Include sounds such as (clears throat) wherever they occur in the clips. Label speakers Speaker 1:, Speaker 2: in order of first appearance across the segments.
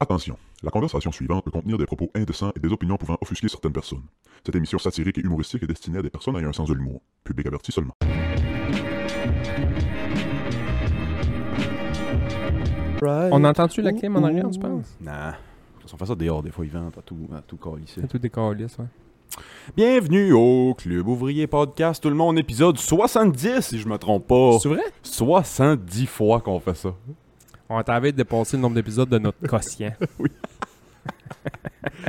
Speaker 1: Attention, la conversation suivante peut contenir des propos indécents et des opinions pouvant offusquer certaines personnes. Cette émission satirique et humoristique est destinée à des personnes ayant un sens de l'humour. Public averti seulement.
Speaker 2: On entend-tu la clim en arrière, tu penses?
Speaker 3: Nah. On fait ça dehors, des fois, il vente à tout, à tout câlisser.
Speaker 2: C'est tout des câlisses, ouais.
Speaker 3: Bienvenue au Club Ouvrier Podcast, tout le monde, épisode 70, si je me trompe pas.
Speaker 2: C'est vrai?
Speaker 3: 70 fois qu'on fait ça.
Speaker 2: On t'avait dépassé le nombre d'épisodes de notre (laughs) quotient.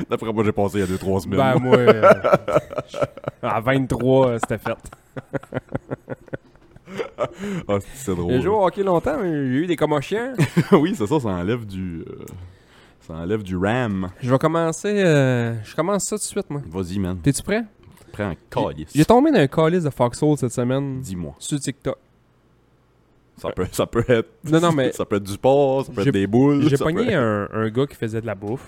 Speaker 3: D'après moi, j'ai passé il y a 2-3 semaines.
Speaker 2: ben, moi, euh, (laughs) à 23, euh, c'était fait.
Speaker 3: Ah, c'est- c'est drôle.
Speaker 2: J'ai joué au hockey longtemps, mais j'ai eu des commotions.
Speaker 3: (laughs) oui, c'est ça, ça enlève du... euh, ça enlève du RAM.
Speaker 2: (laughs) je vais commencer. euh, je commence ça tout de suite, moi.
Speaker 3: Vas-y, man.
Speaker 2: T'es-tu prêt?
Speaker 3: Prends un câlisse.
Speaker 2: J'ai tombé dans un calice de Foxhole cette semaine
Speaker 3: Dis-moi.
Speaker 2: sur TikTok.
Speaker 3: Ça peut, ça peut être...
Speaker 2: Non, non, (laughs) mais-
Speaker 3: (laughs) ça peut être du sport, ça peut
Speaker 2: J'ai-
Speaker 3: être des boules.
Speaker 2: J'ai
Speaker 3: ça
Speaker 2: pogné
Speaker 3: peut-
Speaker 2: un, un gars qui faisait de la bouffe.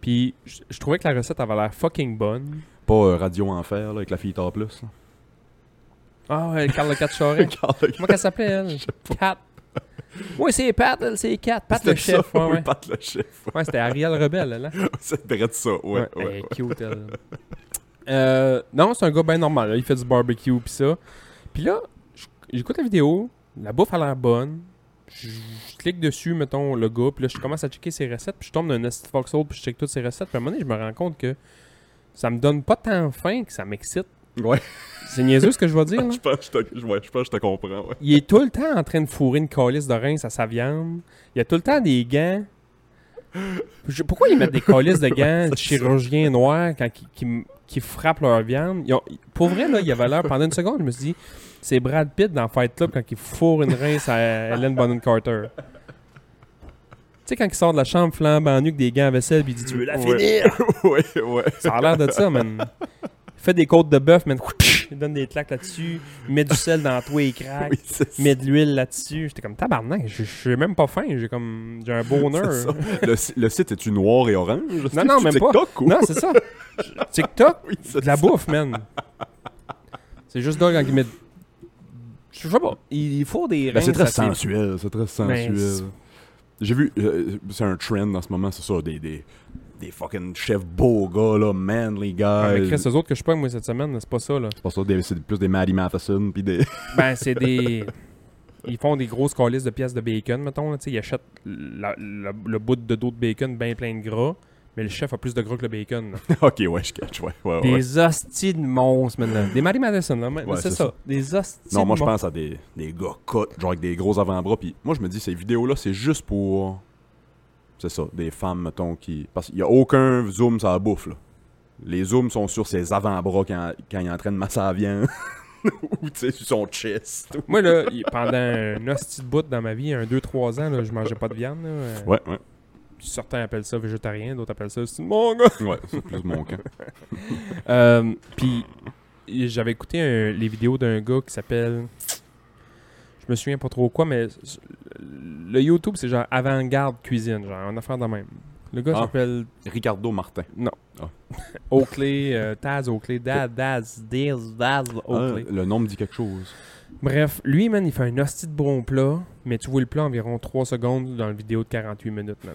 Speaker 2: Puis je je trouvais que la recette avait l'air fucking bonne.
Speaker 3: Pas euh, Radio Enfer, là, avec la fille Tar Plus. là.
Speaker 2: Ah (laughs) ouais, Carl Cat
Speaker 3: (laughs)
Speaker 2: Charest. Comment qu'elle s'appelait, elle? Cat. Oui, c'est Pat, elle, c'est Cat. Pat le
Speaker 3: C'était ça,
Speaker 2: chef. Ouais,
Speaker 3: oui,
Speaker 2: ouais.
Speaker 3: Pat le chef. (laughs)
Speaker 2: Ouais, c'était Ariel Rebelle, elle. hein?
Speaker 3: C'est vrai de ça, ouais. ouais,
Speaker 2: elle
Speaker 3: ouais.
Speaker 2: est cute, elle. Euh, non, c'est un gars bien normal. là. Il fait du barbecue, pis ça. Puis là, j- j'écoute la vidéo. La bouffe a l'air bonne. Je je clique dessus, mettons, le gars. Puis là, je commence à checker ses recettes. Puis je tombe dans un Nasty Foxhole, puis je check toutes ses recettes. Puis à un moment donné, je me rends compte que ça me donne pas tant faim que ça m'excite.
Speaker 3: Ouais.
Speaker 2: C'est niaiseux ce que je vais dire, là.
Speaker 3: (laughs) Je pense que je te, je- ouais, je pense que je te comprends, ouais.
Speaker 2: Il est tout le temps en train de fourrer une calice de reins à sa viande. Il a tout le temps des gants. Je- pourquoi ils mettent des calices de gants de chirurgiens noirs quand qui, frappent leur viande? Ils ont- pour vrai, là, il y avait l'air pendant une seconde, je me suis dit, c'est Brad Pitt dans Fight Club quand il fourre une rince à Helen Bonham Carter. Tu sais, quand il sort de la chambre flambant nu avec des gants à vaisselle, puis il dit, tu veux la finir?
Speaker 3: (laughs) ouais, ouais.
Speaker 2: Ça a l'air de ça, man. Il fait des côtes de bœuf, man. (laughs) Il donne des claques là-dessus. Il met du sel dans toi et craque
Speaker 3: Oui, c'est ça.
Speaker 2: mets de l'huile là-dessus. J'étais comme tabarnak, je je suis même pas faim, j'ai comme j'ai un
Speaker 3: (laughs) C'est ça.
Speaker 2: bonheur.
Speaker 3: Le, si- le site est-tu noir et orange?
Speaker 2: Non, non, même pas.
Speaker 3: TikTok, ou-
Speaker 2: Non, c'est ça. TikTok,
Speaker 3: Oui, c'est
Speaker 2: de la
Speaker 3: ça.
Speaker 2: bouffe, man. C'est juste dingue quand ils mettent je sais pas, il faut des
Speaker 3: Ben, c'est
Speaker 2: reins,
Speaker 3: très
Speaker 2: ça,
Speaker 3: sensuel, c'est très sensuel.
Speaker 2: Ben, c'est-
Speaker 3: J'ai vu, euh, c'est un trend en ce moment, c'est ça, des, des, des fucking chefs beaux gars, là, manly
Speaker 2: Ah, mais
Speaker 3: guys.
Speaker 2: Chris, eux autres que je pogne moi cette semaine, là, c'est pas ça là.
Speaker 3: c'est pas ça, des- c'est plus des Maddie Matheson, puis des... (laughs)
Speaker 2: Ben c'est des ils font des grosses calices de pièces de bacon mettons, là, tu sais, ils achètent la- la- le bout de dos de bacon bien plein de gras, mais le chef a plus de gras que le bacon. là.
Speaker 3: ok, ouais, je catch, ouais, ouais, ouais.
Speaker 2: Des hosties de monstres, man. là. Des Mary Madison, là, mais
Speaker 3: Ouais,
Speaker 2: c'est
Speaker 3: c'est
Speaker 2: ça.
Speaker 3: ça.
Speaker 2: Des hosties
Speaker 3: Non, moi,
Speaker 2: de
Speaker 3: je pense à des, des gars cut, genre avec des gros avant-bras, puis moi, je me dis, ces vidéos-là, c'est juste pour... C'est ça, des femmes, mettons, qui... Parce qu'il y a aucun zoom sur la bouffe, là. Les zooms sont sur ses avant-bras quand, quand il est en train de masser la viande. (laughs) Ou, tu sais, sur son chest.
Speaker 2: Moi, là, y- pendant un hostie de bout dans ma vie, un 2-3 ans, là, je mangeais pas de viande. là. Euh,
Speaker 3: Ouais, ouais.
Speaker 2: Certains appellent ça végétarien, d'autres appellent ça c'est mon gars.
Speaker 3: Ouais, c'est plus mon camp.
Speaker 2: (laughs) Euh, Puis, y- j'avais écouté un- les vidéos d'un gars qui s'appelle. Je me souviens pas trop quoi, mais s- le YouTube, c'est genre avant-garde cuisine, genre, une affaire de même. Le gars
Speaker 3: Ah.
Speaker 2: s'appelle
Speaker 3: Ricardo Martin.
Speaker 2: Oakley, euh, Taz Oakley, Daz, Daz, Diz, Daz Oakley.
Speaker 3: Ah, le nom me dit quelque chose.
Speaker 2: Bref, lui, man, il fait un hostie de bon plat, mais tu vois le plat environ 3 secondes dans la vidéo de 48 minutes, man.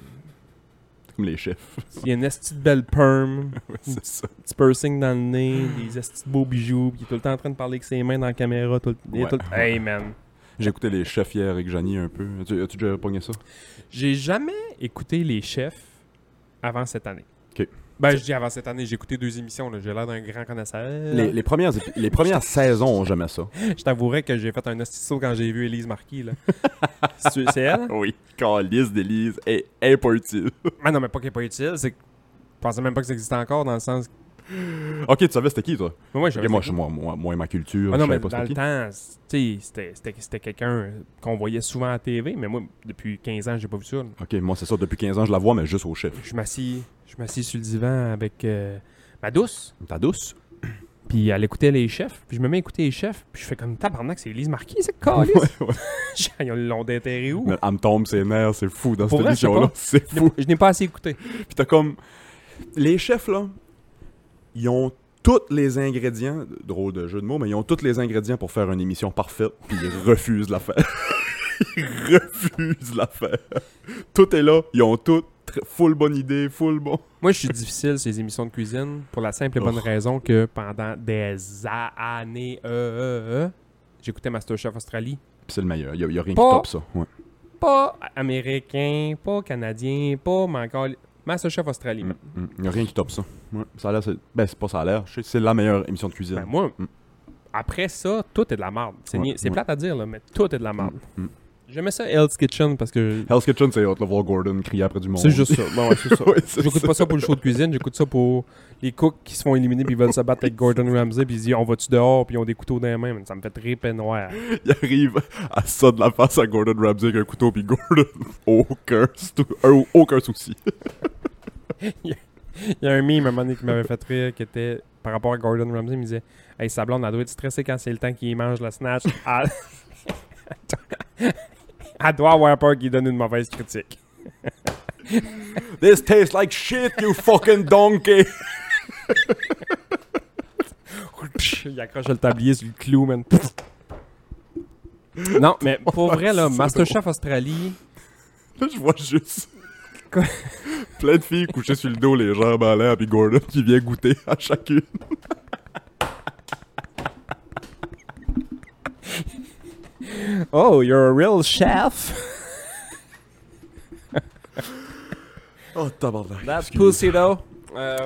Speaker 3: C'est comme les chefs.
Speaker 2: Il y a une esti de belle perm,
Speaker 3: (laughs) Ouais, c'est ça.
Speaker 2: un petit piercing dans le nez, des esti de beaux bijoux, puis il est tout le temps en train de parler avec ses mains dans la caméra. Tout le- il est
Speaker 3: Ouais.
Speaker 2: tout le- Hey man!
Speaker 3: J'ai écouté les chefs hier avec Janie un peu. As-tu, as-tu déjà pogné ça?
Speaker 2: J'ai jamais écouté Les Chefs avant cette année.
Speaker 3: Ok.
Speaker 2: Ben, je dis avant cette année, j'ai écouté deux émissions, là. j'ai l'air d'un grand connaisseur.
Speaker 3: Les, les premières, épi- les premières saisons ont jamais ça.
Speaker 2: Je t'avouerais que j'ai fait un hostie de saut quand j'ai vu Élise Marquis.
Speaker 3: (laughs)
Speaker 2: Là. C'est c'est elle?
Speaker 3: Oui. Calice d'Élise est importune.
Speaker 2: Ah non, mais pas qu'elle est pas utile, c'est que je pensais même pas que ça existait encore dans le sens. que-
Speaker 3: ok, tu savais c'était qui, toi?
Speaker 2: Mais moi, j'avais-
Speaker 3: Ok, moi, je- moi, moi, moi et ma culture,
Speaker 2: Ah non,
Speaker 3: je savais
Speaker 2: mais
Speaker 3: pas
Speaker 2: dans
Speaker 3: c'était
Speaker 2: le
Speaker 3: qui.
Speaker 2: temps, c- tu sais, c'était- c'était c'était quelqu'un qu'on voyait souvent à la TV, mais moi, depuis 15 ans, j'ai pas vu ça. là.
Speaker 3: Ok, moi, c'est ça. Depuis 15 ans, je la vois, mais juste au chef.
Speaker 2: Je m'assis je m'assis sur le divan avec euh, ma douce,
Speaker 3: Ta douce?
Speaker 2: puis elle écoutait les chefs, puis je me mets à écouter les chefs, puis je fais comme tabarnak, c'est Elise Marquis, c'est
Speaker 3: Ouais,
Speaker 2: calice.
Speaker 3: ouais.
Speaker 2: (laughs) Ils l'ont déterré où?
Speaker 3: Mais Elle me tombe ses nerfs, c'est fou dans
Speaker 2: Pour
Speaker 3: cette
Speaker 2: vrai, je sais
Speaker 3: émission-là.
Speaker 2: pas.
Speaker 3: (laughs) C'est
Speaker 2: Je
Speaker 3: fou.
Speaker 2: n'ai- Je n'ai pas assez écouté.
Speaker 3: Puis t'as comme. Les chefs, là, ils ont tous les ingrédients. Drôle de jeu de mots, mais ils ont tous les ingrédients pour faire une émission parfaite. Puis
Speaker 2: (laughs)
Speaker 3: ils (laughs) refusent de la faire. ils refusent de la faire. Tout est là, ils ont tout. tr- full bonne idée, full bon.
Speaker 2: Moi, je suis difficile ces émissions de cuisine pour la simple et bonne
Speaker 3: Oh.
Speaker 2: raison que pendant des a- années, euh, euh, euh, j'écoutais Masterchef Australie.
Speaker 3: Pis c'est le meilleur. Il y, a- y a rien
Speaker 2: Pas-
Speaker 3: qui top ça. Ouais.
Speaker 2: Pas américain, pas canadien, pas mais encore Masterchef Australie.
Speaker 3: Mm, mm. Y a rien qui top ça. Ouais. Ça a l'air, c'est... Ben, c'est pas ça a l'air. Je sais que C'est la meilleure émission de cuisine.
Speaker 2: Ben, moi,
Speaker 3: Mm.
Speaker 2: après ça, tout est de la merde. C'est
Speaker 3: Ouais,
Speaker 2: ni- c'est
Speaker 3: ouais.
Speaker 2: plate à dire, là, mais tout est de la merde.
Speaker 3: Mm, mm.
Speaker 2: J'aimais ça Hell's Kitchen parce que
Speaker 3: Hell's Kitchen, c'est hot, là, voir Gordon crier après du monde.
Speaker 2: c'est juste ça. Bon, ouais, c'est ça.
Speaker 3: (laughs) Ouais, c'est
Speaker 2: J'écoute
Speaker 3: ça.
Speaker 2: pas ça pour le show de cuisine, j'écoute ça pour les cooks qui se font éliminer puis ils veulent se battre avec Gordon Ramsay puis ils disent on va-tu dehors puis ils ont des couteaux dans les mains. man. Ça me fait triper noir.
Speaker 3: Il arrive à ça de la face à Gordon Ramsay avec un couteau, puis Gordon, (laughs) aucun, sou- un- aucun souci.
Speaker 2: Il y a un meme à un moment donné qui m'avait fait rire qui était par rapport à Gordon Ramsay. Il me disait Hey, sa blonde, elle doit être stressée quand c'est le temps qu'il mange la snatch. Elle... elle doit avoir peur qu'il donne une mauvaise critique.
Speaker 3: This tastes like shit, you fucking donkey! (laughs)
Speaker 2: Il accroche le tablier sur le clou, man. Non, mais pour vrai, là,
Speaker 3: C'est
Speaker 2: Masterchef Australie,
Speaker 3: Là, je vois juste.
Speaker 2: Quoi?
Speaker 3: (laughs) Plein de filles couchées sur le dos, les jambes en l'air, puis Gordon qui vient goûter à chacune.
Speaker 2: Oh, you're a real chef.
Speaker 3: Oh, tabarnak.
Speaker 2: That pussy though. Euh,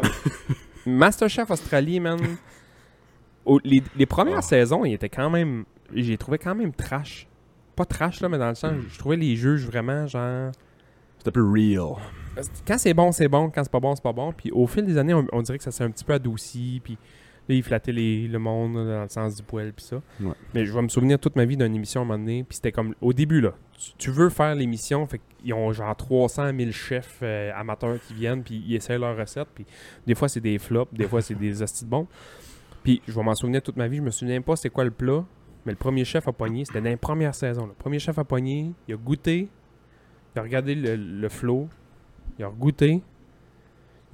Speaker 2: Masterchef Australie, man. Au- les, les premières
Speaker 3: Oh.
Speaker 2: saisons, ils étaient quand même. J'ai trouvé quand même trash. Pas trash, là, mais dans le sens, je trouvais les juges vraiment genre.
Speaker 3: C'est un peu real.
Speaker 2: Quand c'est bon, c'est bon. Quand c'est pas bon, c'est pas bon. Puis au fil des années, on, on dirait que ça s'est un petit peu adouci. Puis là, ils flattaient les- le monde là, dans le sens du poil, puis ça.
Speaker 3: Ouais.
Speaker 2: Mais je vais me souvenir toute ma vie d'une émission à un moment donné. Puis c'était comme au début, là. Tu, tu veux faire l'émission, fait qu'ils ont genre 300 000 chefs euh, amateurs qui viennent, puis ils essaient leurs recettes. Puis des fois, c'est des flops, des fois, c'est des hosties de bons. Puis je vais m'en souvenir toute ma vie. Je me souviens pas c'est quoi le plat. Mais le premier chef a pogné, c'était dans la première saison. Le premier chef a pogné, il a goûté, il a regardé le, le flow, il a goûté.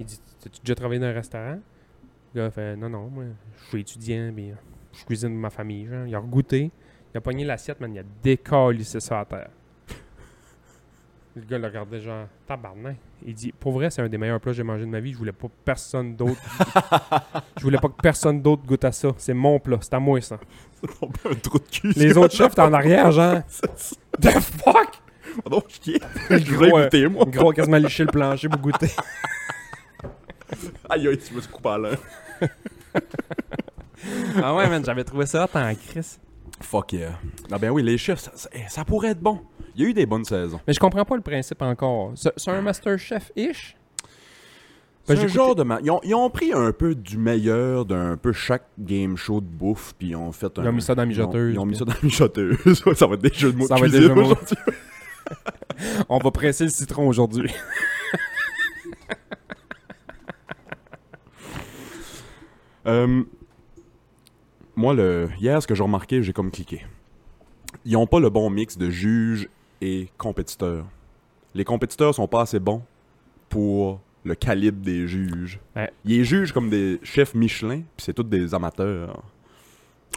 Speaker 2: Il dit T'as-tu déjà travaillé dans un restaurant Le gars a fait Non, non, moi, je suis étudiant, puis euh, je cuisine pour ma famille. Genre. Il a goûté, il a pogné l'assiette, man, il a décalissé ça à terre. Le gars le regardait genre Tabarnak. Il dit Pour vrai, c'est un des meilleurs plats que j'ai mangé de ma vie. Je voulais pas personne d'autre. je voulais pas que personne d'autre goûte à ça. C'est mon plat, c'est à moi ça.
Speaker 3: On met un trou de cul.
Speaker 2: Les autres chefs, t'es en arrière, genre.
Speaker 3: (laughs)
Speaker 2: The fuck!
Speaker 3: Pardon, je chiais. (laughs) Je
Speaker 2: Gros,
Speaker 3: voudrais
Speaker 2: euh,
Speaker 3: goûter, moi.
Speaker 2: Gros, quasiment liché le plancher pour goûter.
Speaker 3: Aïe, aïe, tu me coupes à l'air.
Speaker 2: Ah ouais, man, j'avais trouvé ça hot en crise.
Speaker 3: Fuck yeah. Ah ben oui, les chefs, ça, ça- eh, ça pourrait être bon. Il y a eu des bonnes saisons.
Speaker 2: Mais je comprends pas le principe encore. C'est c'est un Masterchef-ish? Ben,
Speaker 3: C'est un
Speaker 2: j'écoutais-
Speaker 3: genre de... ma- Ils ont, ils ont pris un peu du meilleur d'un peu chaque game show de bouffe, puis ils ont fait un...
Speaker 2: Ils ont mis ça dans la
Speaker 3: ils ont-
Speaker 2: mijoteuse,
Speaker 3: Ils ont mis
Speaker 2: puis-
Speaker 3: ça dans la mijoteuse. (laughs) Ouais, ça va être des jeux de mots
Speaker 2: Ça
Speaker 3: de
Speaker 2: va être des
Speaker 3: cuisine
Speaker 2: jeux de mots.
Speaker 3: aujourd'hui.
Speaker 2: (laughs) On va presser le citron aujourd'hui.
Speaker 3: Euh, moi, le... hier, ce que j'ai remarqué, j'ai comme cliqué. Ils ont pas le bon mix de juges et compétiteurs. Les compétiteurs sont pas assez bons pour le calibre des juges.
Speaker 2: Ouais.
Speaker 3: Ils les jugent comme des chefs Michelin, puis c'est tous des amateurs.
Speaker 2: (laughs)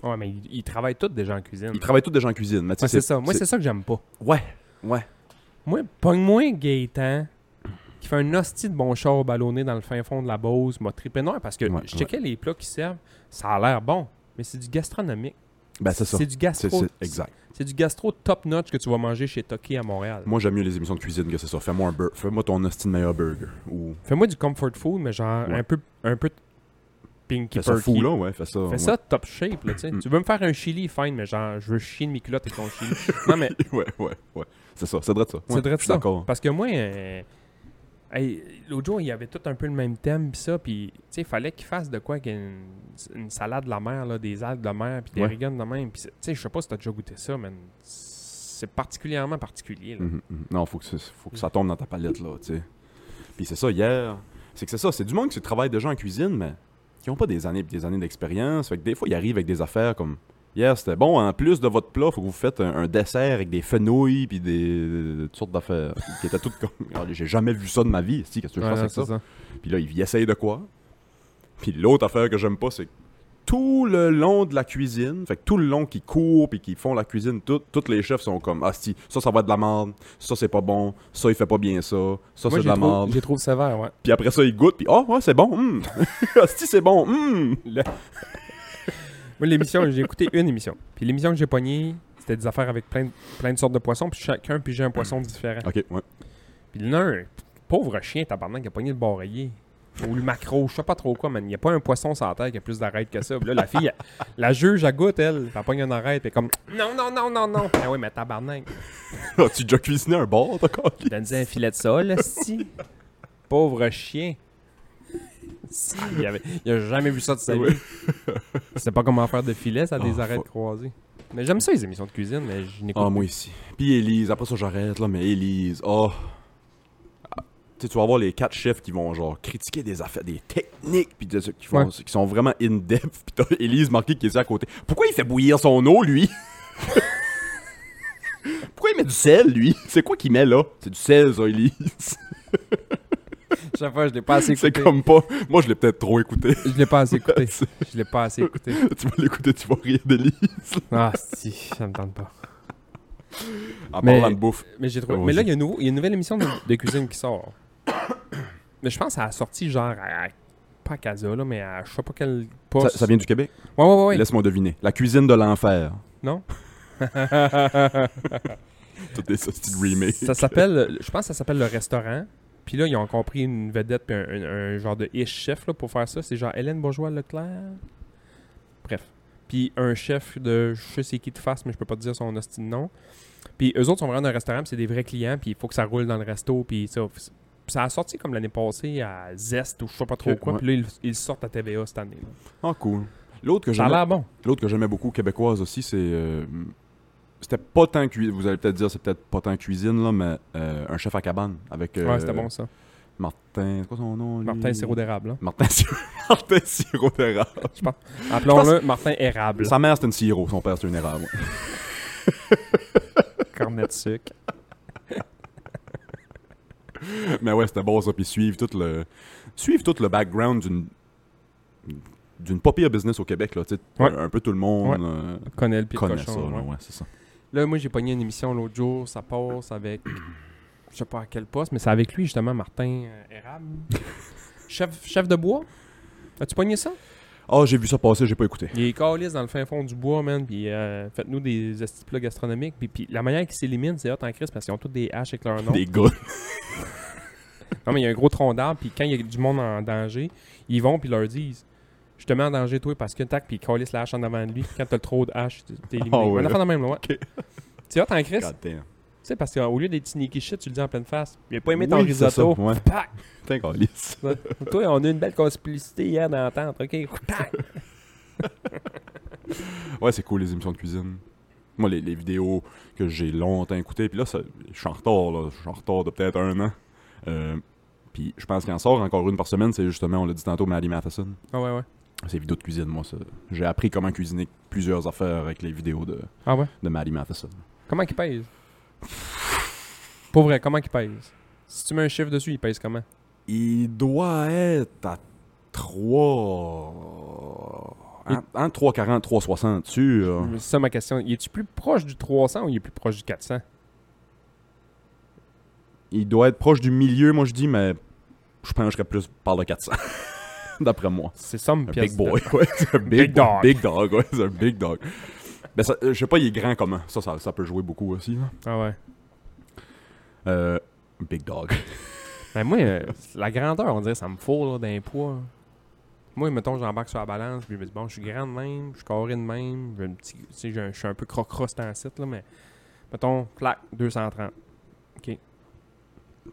Speaker 2: Ouais, mais ils, ils travaillent tous déjà en cuisine.
Speaker 3: Ils travaillent tous déjà en cuisine. mais tu sais,
Speaker 2: Ouais, c'est ça. Moi, c'est ça que j'aime pas.
Speaker 3: Ouais, ouais.
Speaker 2: Moi, pogne-moi Gaétan, qui fait un hostie de bon char ballonné dans le fin fond de la Beauce, m'a trippé noir parce que
Speaker 3: Ouais,
Speaker 2: je checkais les plats qui servent, ça a l'air bon, mais c'est du gastronomique.
Speaker 3: Ben, c'est ça.
Speaker 2: C'est du gastro.
Speaker 3: C'est- c'est- exact.
Speaker 2: C'est du gastro top notch que tu vas manger chez Toki à Montréal.
Speaker 3: Moi, j'aime mieux les émissions de cuisine que c'est ça. Fais-moi un bur- Fais-moi ton hostie de meilleur burger. Ou...
Speaker 2: Fais-moi du comfort food, mais genre
Speaker 3: Ouais.
Speaker 2: un peu un peu pinky
Speaker 3: Fais ça
Speaker 2: perky.
Speaker 3: fou, là, ouais. Fais ça.
Speaker 2: Fais
Speaker 3: ouais.
Speaker 2: ça top shape, là, tu sais.
Speaker 3: Mm.
Speaker 2: Tu veux me faire un chili, fine, mais genre, je veux chier de mes culottes avec ton
Speaker 3: (laughs)
Speaker 2: chili. non, mais
Speaker 3: (laughs) ouais, ouais, ouais. C'est ça. C'est vrai de ça.
Speaker 2: c'est
Speaker 3: Ouais,
Speaker 2: vrai
Speaker 3: je suis
Speaker 2: ça.
Speaker 3: d'accord.
Speaker 2: Parce que moi, euh, hey, l'autre jour, il y avait tout un peu le même thème, pis ça, pis, tu sais, il fallait qu'il fasse de quoi, qu'une une salade de la mer, là, des algues de la mer, pis des
Speaker 3: Ouais.
Speaker 2: riganes de la mer, pis, c'est- tu sais, je sais pas si t'as déjà goûté ça, mais c'est particulièrement particulier, là.
Speaker 3: Mhm, mhm. Non, faut que, ça- faut que ça tombe dans ta palette, là, tu sais. Puis c'est ça, hier. C'est que c'est ça. C'est du monde qui travaille déjà en cuisine, mais qui ont pas des années et des années d'expérience. Fait que des fois, ils arrivent avec des affaires comme. Hier, c'était bon, en plus de votre plat, faut que vous faites un, un dessert avec des fenouilles puis des, toutes sortes d'affaires. qui étaient toutes comme. Ah, J'ai jamais vu ça de ma vie, si, qu'est-ce que je
Speaker 2: Ouais,
Speaker 3: fasse
Speaker 2: non,
Speaker 3: avec
Speaker 2: c'est
Speaker 3: ça?
Speaker 2: ça.
Speaker 3: Puis là, il essaye de quoi? Puis l'autre affaire que j'aime pas, c'est que tout le long de la cuisine, fait que tout le long qu'ils courent puis qu'ils font la cuisine, tout- tous les chefs sont comme Ah, si, ça, ça va être de la merde, ça, c'est pas bon, ça, il fait pas bien ça, ça,
Speaker 2: Moi,
Speaker 3: c'est
Speaker 2: j'ai
Speaker 3: de la
Speaker 2: trouve,
Speaker 3: merde.
Speaker 2: j'ai trouve sévère, ouais.
Speaker 3: Puis après ça, ils goûtent, puis oh, ouais, c'est bon, (laughs) hum. Asti, c'est bon, hum.
Speaker 2: Moi, l'émission, j'ai écouté une émission. Puis l'émission que j'ai pognée, c'était des affaires avec plein de, plein de sortes de poissons. Puis chacun pigeait un poisson différent.
Speaker 3: Ok, ouais. (laughs)
Speaker 2: Puis l'un, pauvre chien tabarnak, qui a pogné le barreillé. Ou le macro, je sais pas trop quoi, man. Il n'y a pas un poisson sans terre qui a plus d'arêtes que ça. Puis là, la fille, elle- la juge, elle goûte, elle. Elle pogne une arête, puis comme Non, non, non, non, non. Ah oui, mais tabarnak.
Speaker 3: tu déjà cuisiné un bord, t'as coquille?
Speaker 2: Donne-lui un filet de ça, là, si. Pauvre chien. Si, il, avait- il a jamais vu ça de sa
Speaker 3: Ouais.
Speaker 2: vie. Il sait pas comment faire de filet, ça a des
Speaker 3: Oh,
Speaker 2: arêtes
Speaker 3: fuck.
Speaker 2: croisées. Mais j'aime ça, les émissions de cuisine, mais je n'écoute
Speaker 3: Ah, moi ici. Puis Élise, après ça, j'arrête, là, mais Élise, oh. Ah, Tu sais, tu vas avoir les quatre chefs qui vont, genre, critiquer des affaires, des techniques, puis de- qui, font-
Speaker 2: Ouais.
Speaker 3: qui sont vraiment in-depth, puis t'as Élise marquée qui est ici à côté. Pourquoi il fait bouillir son eau, lui? (laughs) Pourquoi il met du sel, lui? C'est quoi qu'il met, là? C'est du sel, ça, Élise.
Speaker 2: pas. Chaque fois, je l'ai pas assez écouté.
Speaker 3: C'est comme pas... Moi, je l'ai peut-être trop écouté. (laughs)
Speaker 2: Je l'ai pas assez écouté. Je l'ai pas assez écouté.
Speaker 3: tu vas l'écouter, tu vas rire d'Élise.
Speaker 2: Ah, si, ça me tente pas.
Speaker 3: En
Speaker 2: Mais-
Speaker 3: parlant de bouffe.
Speaker 2: Mais j'ai trouvé.
Speaker 3: Oh,
Speaker 2: mais là,
Speaker 3: vas-y.
Speaker 2: il y, a un nouveau- il y a une nouvelle émission de, de cuisine qui sort. Mais je pense que ça a sorti genre à- pas à Casa, là, mais à je sais pas quel
Speaker 3: Ça,
Speaker 2: poste.
Speaker 3: ça vient du Québec?
Speaker 2: Ouais, ouais, ouais.
Speaker 3: Laisse-moi deviner. La cuisine de l'enfer.
Speaker 2: Non? (laughs)
Speaker 3: Toutes des sorties de remake.
Speaker 2: Ça s'appelle. Je pense que ça s'appelle le restaurant. Puis là, ils ont compris une vedette puis un, un- un genre de ish chef là, pour faire ça. C'est genre Hélène Bourgeois Leclerc. Bref. Puis un chef de je sais c'est qui de face, mais je peux pas te dire son hostile nom. Puis eux autres sont vraiment dans un restaurant, puis c'est des vrais clients, puis il faut que ça roule dans le resto, puis ça. Puis Ça a sorti comme l'année passée à Zest ou je sais pas trop
Speaker 3: Ok,
Speaker 2: quoi,
Speaker 3: Euh, ouais.
Speaker 2: puis là ils, ils sortent à TVA cette année. là.
Speaker 3: Ah, cool. L'autre que
Speaker 2: Ça a
Speaker 3: j'aimais,
Speaker 2: l'air bon.
Speaker 3: l'autre que j'aimais beaucoup québécoise aussi, c'est euh, c'était pas tant cuisine. Vous allez peut-être dire c'est peut-être pas tant cuisine là, mais euh, un chef à cabane avec euh,
Speaker 2: ouais, c'était bon ça.
Speaker 3: Martin, c'est quoi son nom lui?
Speaker 2: Martin Sirop d'érable.
Speaker 3: (laughs)
Speaker 2: hein.
Speaker 3: Martin Sirop. Martin Sirop d'érable.
Speaker 2: Appelons-le Martin Érable.
Speaker 3: Sa mère c'est une sirop, son père c'est une érable. ouais.
Speaker 2: Cornet de sucre.
Speaker 3: mais ouais, c'était bon ça puis suivre tout le suivre tout le background d'une d'une pas pire business au Québec là, tu sais,
Speaker 2: Ouais.
Speaker 3: un peu tout le monde euh,
Speaker 2: Connaît le pied de
Speaker 3: connaît
Speaker 2: cochon,
Speaker 3: ça, là,
Speaker 2: ouais.
Speaker 3: ouais, c'est ça.
Speaker 2: Là, moi, j'ai pogné une émission l'autre jour, ça passe avec. Je sais pas à quel poste, mais c'est avec lui, justement, Martin euh, Érable. chef, chef de bois As-tu pogné ça
Speaker 3: Ah, j'ai vu ça passer, j'ai pas écouté.
Speaker 2: Il est caliste dans le fin fond du bois, man. Puis euh, faites-nous des estis plats gastronomiques. Puis, puis la manière qu'il s'élimine, c'est hot en crise parce qu'ils ont tous des haches avec leur
Speaker 3: (laughs)
Speaker 2: nom.
Speaker 3: Des gars.
Speaker 2: Non, mais il y a un gros tronc d'arbre. Puis quand il y a du monde en danger, ils vont puis ils leur disent Je te mets en danger, toi, parce que tac, puis ils calissent la hache en avant de lui. Quand t'as le trop de hache, t'es éliminé.
Speaker 3: Ah ouais.
Speaker 2: On a fait dans le même, ouais.
Speaker 3: Ok.
Speaker 2: C'est hot en crise.
Speaker 3: God damn.
Speaker 2: Tu sais, parce qu'au lieu d'être sneaky shit, tu le dis en pleine face. Il a pas aimé ton
Speaker 3: Oui, c'est
Speaker 2: risotto. (laughs)
Speaker 3: ça, ouais.
Speaker 2: Pac!
Speaker 3: Putain, câlisse.
Speaker 2: Toi, on a une belle complicité hier d'entente, ok? Pac!
Speaker 3: Ouais, c'est cool les émissions de cuisine. Moi, les, les vidéos que j'ai longtemps écoutées, puis là, ça- je suis en retard, là. Je suis en retard de peut-être un an. Euh, puis je pense qu'il en sort encore une par semaine, c'est justement, on l'a dit tantôt, Maddie Matheson.
Speaker 2: Ah ouais, ouais.
Speaker 3: Ces vidéos de cuisine, moi, ça- j'ai appris comment cuisiner plusieurs affaires avec les vidéos de,
Speaker 2: Ah ouais?
Speaker 3: de Maddie Matheson.
Speaker 2: Comment qu'il pèse? Pour vrai, comment qu'il pèse? Si tu mets un chiffre dessus, il pèse comment?
Speaker 3: Il doit être à 3...
Speaker 2: Il-
Speaker 3: En 3,40, 3,60, tu... euh,
Speaker 2: C'est ça ma question. Il est-tu plus proche du 300 ou il est plus proche du 400?
Speaker 3: Il doit être proche du milieu, moi je dis, mais je pencherais plus par le 400, (laughs) d'après moi.
Speaker 2: C'est ça, me
Speaker 3: Un
Speaker 2: pièce
Speaker 3: big
Speaker 2: de-
Speaker 3: boy, ouais. C'est un big,
Speaker 2: Big dog.
Speaker 3: dog. Big dog, ouais. C'est un big dog. Ben, ça- je sais pas, il est grand comment. Ça, ça, ça peut jouer beaucoup aussi. là.
Speaker 2: Ah ouais.
Speaker 3: Euh, big dog.
Speaker 2: Ben moi, euh, la grandeur, on dirait, ça me fout là, d'un poids. Moi, mettons, j'embarque sur la balance, puis je me dis, bon, je suis grand de même, je suis carré de même, j'ai un petit, tu sais, j'ai un- je suis un peu crocrosse dans le site, là, mais mettons, clac, 230.
Speaker 3: Tu sais,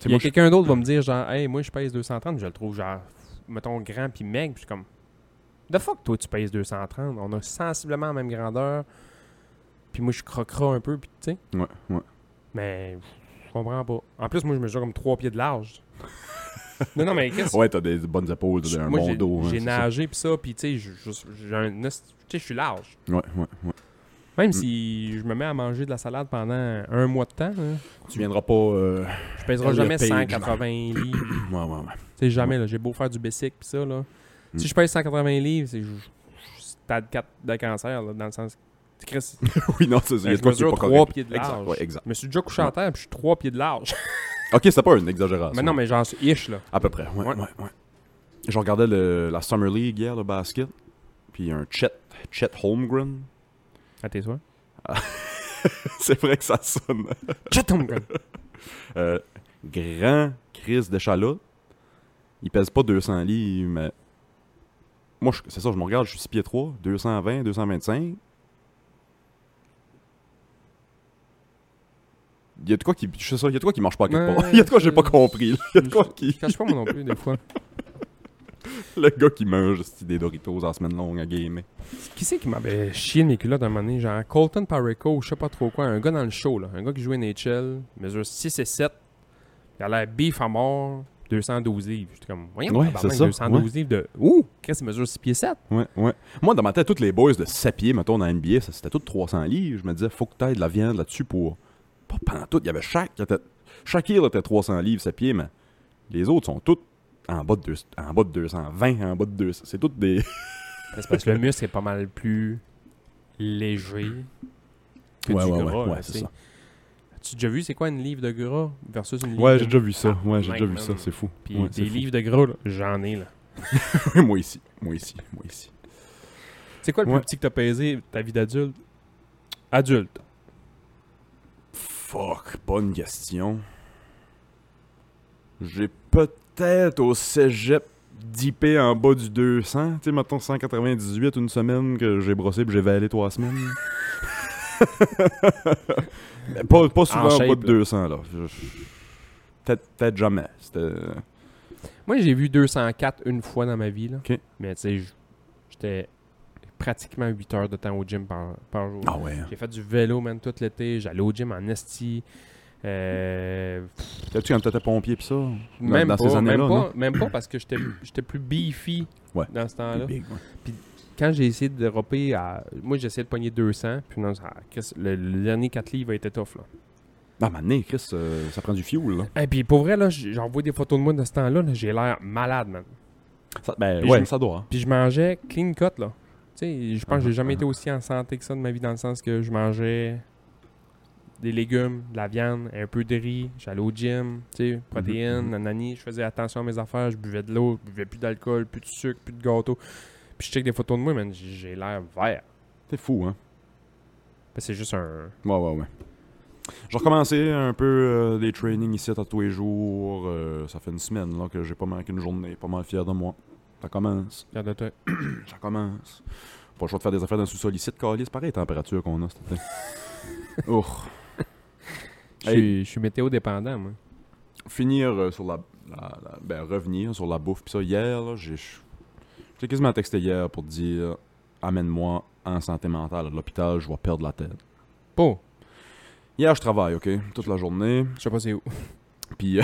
Speaker 2: Il y a
Speaker 3: moi, je-
Speaker 2: quelqu'un d'autre va me dire, genre, hey, moi, je pèse 230, je le trouve, genre, mettons, grand puis maigre, puis je suis comme, the fuck, toi, tu pèses 230, on a sensiblement la même grandeur, puis moi, je suis crocra un peu, puis tu sais,
Speaker 3: Ouais, ouais.
Speaker 2: mais je comprends pas. En plus, moi, je mesure comme 3 pieds de
Speaker 3: (laughs)
Speaker 2: large. non, non, mais qu'est-ce
Speaker 3: Ouais, t'as des bonnes épaules, t'as un
Speaker 2: Moi,
Speaker 3: bon
Speaker 2: j'ai-
Speaker 3: dos. hein,
Speaker 2: J'ai
Speaker 3: c'est ça.
Speaker 2: nagé pis ça, pis tu sais, je- je- j'ai un os- tu sais, je suis large.
Speaker 3: Ouais, ouais, ouais.
Speaker 2: Même
Speaker 3: Mm.
Speaker 2: si je me mets à manger de la salade pendant un mois de temps, là,
Speaker 3: Tu viendras pas. euh, (clears throat)
Speaker 2: je pèserai
Speaker 3: Elle
Speaker 2: jamais
Speaker 3: le paye,
Speaker 2: 180 livres.
Speaker 3: Ouais, ouais, ouais. (laughs) (coughs) Mm.
Speaker 2: Tu sais, jamais, là. J'ai beau faire du basic pis ça, là. Si je pèse 180 livres, c'est. je- je- stade 4 de cancer, là, dans le sens. Chris,
Speaker 3: oui, non, c'est ça.
Speaker 2: Ben, je mesure 3 pieds de large.
Speaker 3: Exact, ouais, Ah, exact.
Speaker 2: Je me suis déjà couché en terre, puis je suis 3 pieds de large.
Speaker 3: Ok, c'était pas une exagération.
Speaker 2: mais non, mais genre, ish, là.
Speaker 3: À peu près, ouais,
Speaker 2: Ouais.
Speaker 3: ouais, ouais. Je regardais le- la Summer League hier, le basket, puis un Chet, Chet Holmgren. (laughs)
Speaker 2: À tes soins.
Speaker 3: c'est vrai que ça sonne.
Speaker 2: Chatham, quoi.
Speaker 3: Euh, grand crise d'échalote. Il pèse pas 200 livres, mais... Moi, je- c'est ça, je me regarde, je suis 6 pieds 3, 220, 225. Il y a de quoi qui... Je sais ça, il y a de quoi qui marche pas à quelque
Speaker 2: Ouais,
Speaker 3: part. (laughs) Il y a de quoi que j'ai pas
Speaker 2: c'est-
Speaker 3: compris. là. Il y a de quoi qui...
Speaker 2: Je cache pas moi non plus, des fois.
Speaker 3: Le gars qui mange c'est-tu, des Doritos en semaine longue à gamer.
Speaker 2: Qui c'est qui m'avait chié de mes culottes à un moment donné? Genre Colton Parico, je sais pas trop quoi, un gars dans le show, là. Un gars qui jouait NHL, mesure 6 et 7. Il a l'air beef à mort, 212 livres. J'étais comme, voyons,
Speaker 3: Ouais,
Speaker 2: tabarnak,
Speaker 3: c'est ça,
Speaker 2: 212 livres de. Ouh, Chris, il mesure 6 pieds 7.
Speaker 3: Ouais, ouais. Moi, dans ma tête, tous les boys de 7 pieds, mettons, dans la NBA, ça, c'était tous 300 livres. Je me disais, faut que t'aies de la viande là-dessus pour. Pas pendant tout. Il y avait chaque. qui était- Chaque île était 300 livres, 7 pieds, mais les autres sont toutes en bas de, deux- en bas de 220, en bas de 200. C'est
Speaker 2: (laughs)
Speaker 3: toutes des.
Speaker 2: C'est parce que le muscle est pas mal plus léger que du gras. là,
Speaker 3: ouais,
Speaker 2: tu
Speaker 3: c'est
Speaker 2: sais.
Speaker 3: ça.
Speaker 2: As-tu déjà vu c'est quoi une livre de gras versus une livre
Speaker 3: Ouais,
Speaker 2: de...
Speaker 3: j'ai déjà vu ça.
Speaker 2: Ah,
Speaker 3: Ouais, j'ai
Speaker 2: mec,
Speaker 3: déjà vu
Speaker 2: man.
Speaker 3: ça. C'est fou.
Speaker 2: Puis
Speaker 3: Ouais, c'est
Speaker 2: des
Speaker 3: fou.
Speaker 2: livres de gras, là, j'en ai, là.
Speaker 3: (laughs) moi ici. Moi ici. Moi ici.
Speaker 2: C'est quoi le
Speaker 3: Ouais.
Speaker 2: plus petit que t'as pesé ta vie d'adulte? Adulte.
Speaker 3: Fuck, bonne question. J'ai peut-être au cégep dipé en bas du 200. Tu sais, mettons 198 une semaine que j'ai brossé puis j'ai valé trois (laughs) semaines. Mais pas, pas souvent en,
Speaker 2: shape, là.
Speaker 3: bas de 200, là. Je- je- Peut-être peut-être jamais. C'était... euh,
Speaker 2: Moi, j'ai vu 204 une fois dans ma vie. Là.
Speaker 3: Ok.
Speaker 2: Mais tu sais, j- j'étais pratiquement 8 heures de temps au gym par, par jour.
Speaker 3: Ah ouais.
Speaker 2: J'ai fait du vélo, même tout l'été. J'allais au gym en esti. Euh,
Speaker 3: T'as-tu quand t'étais pompier pis ça? Dans,
Speaker 2: même,
Speaker 3: dans
Speaker 2: pas,
Speaker 3: ces années-là,
Speaker 2: même,
Speaker 3: non?
Speaker 2: pas, même pas parce que j'étais j'étais plus beefy
Speaker 3: Ouais.
Speaker 2: dans ce temps-là.
Speaker 3: Big, ouais.
Speaker 2: Quand j'ai essayé de dropper à. Moi, j'ai essayé de pogner 200. Puis non, ça- qu'est-ce- le, le dernier 4 livres était tough. Là.
Speaker 3: Ah, mané, Chris, euh, ça prend du fuel, là.
Speaker 2: Et puis pour vrai, là, j- j'en vois des photos de moi de ce temps-là. là, j'ai l'air malade, man.
Speaker 3: Ça, ben,
Speaker 2: Puis
Speaker 3: ouais,
Speaker 2: je-
Speaker 3: ça doit. hein.
Speaker 2: Puis je mangeais clean cut, là. Tu sais, je pense que j'ai jamais
Speaker 3: Ah,
Speaker 2: été aussi en santé que ça de ma vie, dans le sens que je mangeais des légumes, de la viande, un peu de riz, j'allais au gym, tu sais, protéines,
Speaker 3: mhm.
Speaker 2: nanani, je faisais attention à mes affaires, je buvais de l'eau, je buvais plus d'alcool, plus de sucre, plus de gâteau. Puis je check des photos de moi, man, j- j'ai l'air vert.
Speaker 3: C'est fou, hein?
Speaker 2: Parce que C'est juste un...
Speaker 3: Ouais, ouais, ouais. J'ai recommencé un peu euh, des trainings ici à tous les jours. euh, ça fait une semaine là, que j'ai pas manqué une journée. Pas mal fier de moi. Ça commence. (clears throat)
Speaker 2: Regarde le temps.
Speaker 3: Ça commence. Pas le choix de faire des affaires dans le sous-sol ici de Calis. Pareil, température qu'on a cet été. Ouh.
Speaker 2: Je suis- je suis météo-dépendant, moi.
Speaker 3: Finir euh, sur la, la- la- Ben, revenir sur la bouffe. Puis ça, hier, là, j'ai. J'ai quasiment texté hier pour dire Amène-moi en santé mentale à l'hôpital, je vais perdre la tête.
Speaker 2: Bon,
Speaker 3: Hier, je travaille, ok? Toute la journée.
Speaker 2: je sais pas c'est où.
Speaker 3: Puis euh,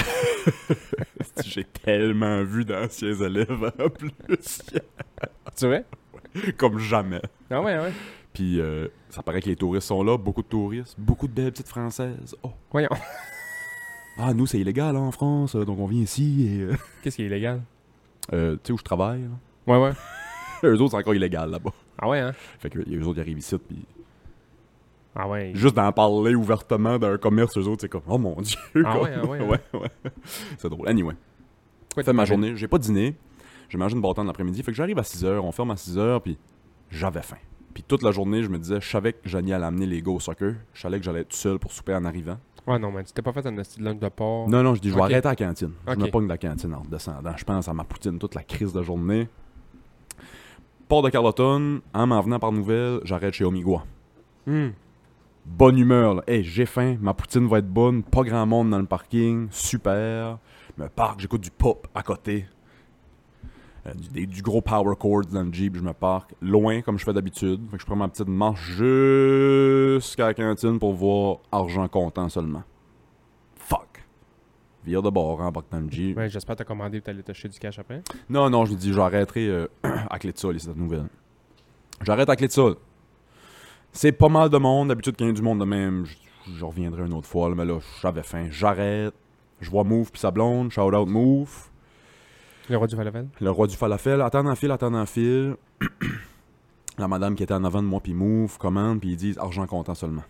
Speaker 3: (laughs) j'ai tellement vu d'anciens élèves en plus, (laughs)
Speaker 2: Ah, Tu vrai?
Speaker 3: comme jamais.
Speaker 2: Ah ouais, ouais.
Speaker 3: Puis euh, ça paraît que les touristes sont là, beaucoup de touristes, beaucoup de belles petites françaises. Oh,
Speaker 2: Voyons.
Speaker 3: ah nous c'est illégal hein, en France, euh, donc on vient ici et euh, (laughs)
Speaker 2: Qu'est-ce qui est illégal?
Speaker 3: euh, tu sais où je travaille. Là? (laughs)
Speaker 2: Ouais, ouais.
Speaker 3: Eux autres c'est encore illégal là-bas.
Speaker 2: Ah ouais, hein?
Speaker 3: Fait que eux autres ils arrivent ici puis
Speaker 2: Ah ouais.
Speaker 3: juste d'en parler ouvertement d'un commerce eux autres c'est comme oh mon dieu.
Speaker 2: Ah
Speaker 3: quoi.
Speaker 2: ouais, ah
Speaker 3: (laughs)
Speaker 2: ouais, hein?
Speaker 3: ouais, ouais. C'est drôle. Anyway.
Speaker 2: Pourquoi
Speaker 3: fait
Speaker 2: t'es
Speaker 3: ma
Speaker 2: pas-
Speaker 3: journée, j'ai pas dîné. J'ai mangé une bâtonne l'après-midi. Fait que j'arrive à 6h, on ferme à 6h, puis j'avais faim. Puis toute la journée, je me disais, je savais que Johnny allait amener les gars au soccer. Je savais que j'allais être tout seul pour souper en arrivant.
Speaker 2: Ouais, non, mais tu t'es pas fait un esti de lunch de porc.
Speaker 3: Non, non, je dis, je vais
Speaker 2: Ok.
Speaker 3: arrêter à la cantine. Je me
Speaker 2: Ok.
Speaker 3: pogne de la cantine en descendant. Je pense à ma poutine toute la crise de journée. Port de Carleton, en m'en venant par nouvelle, j'arrête chez Omigua.
Speaker 2: Hmm.
Speaker 3: Bonne humeur, là. Hey, j'ai faim, ma poutine va être bonne, pas grand monde dans le parking, super. Me parque, j'écoute du pop à côté. Euh, du, des- du gros power chords dans le Jeep, je me parque. Loin, comme je fais d'habitude. Fait que je prends ma petite marche jusqu'à la cantine pour voir argent comptant seulement. Fuck. Vire de bord, embarque dans le Jeep.
Speaker 2: Ouais, j'espère que t'as commandé et t'allais t'acheter du cash après.
Speaker 3: Non, non, je me dis, j'arrêterai euh, (clears throat) à clé de sol, cette nouvelle. J'arrête à clé de sol. C'est pas mal de monde. D'habitude, quand il y a du monde de même, je, je reviendrai une autre fois. là, mais là, j'avais faim. J'arrête. Je vois Move puis sa blonde. Shout out Move.
Speaker 2: Le roi du Falavel.
Speaker 3: Le roi du falafel. Attends en fil, attends en fil. (clears throat) La madame qui était en avant de moi, puis move, commande, puis ils disent argent comptant seulement.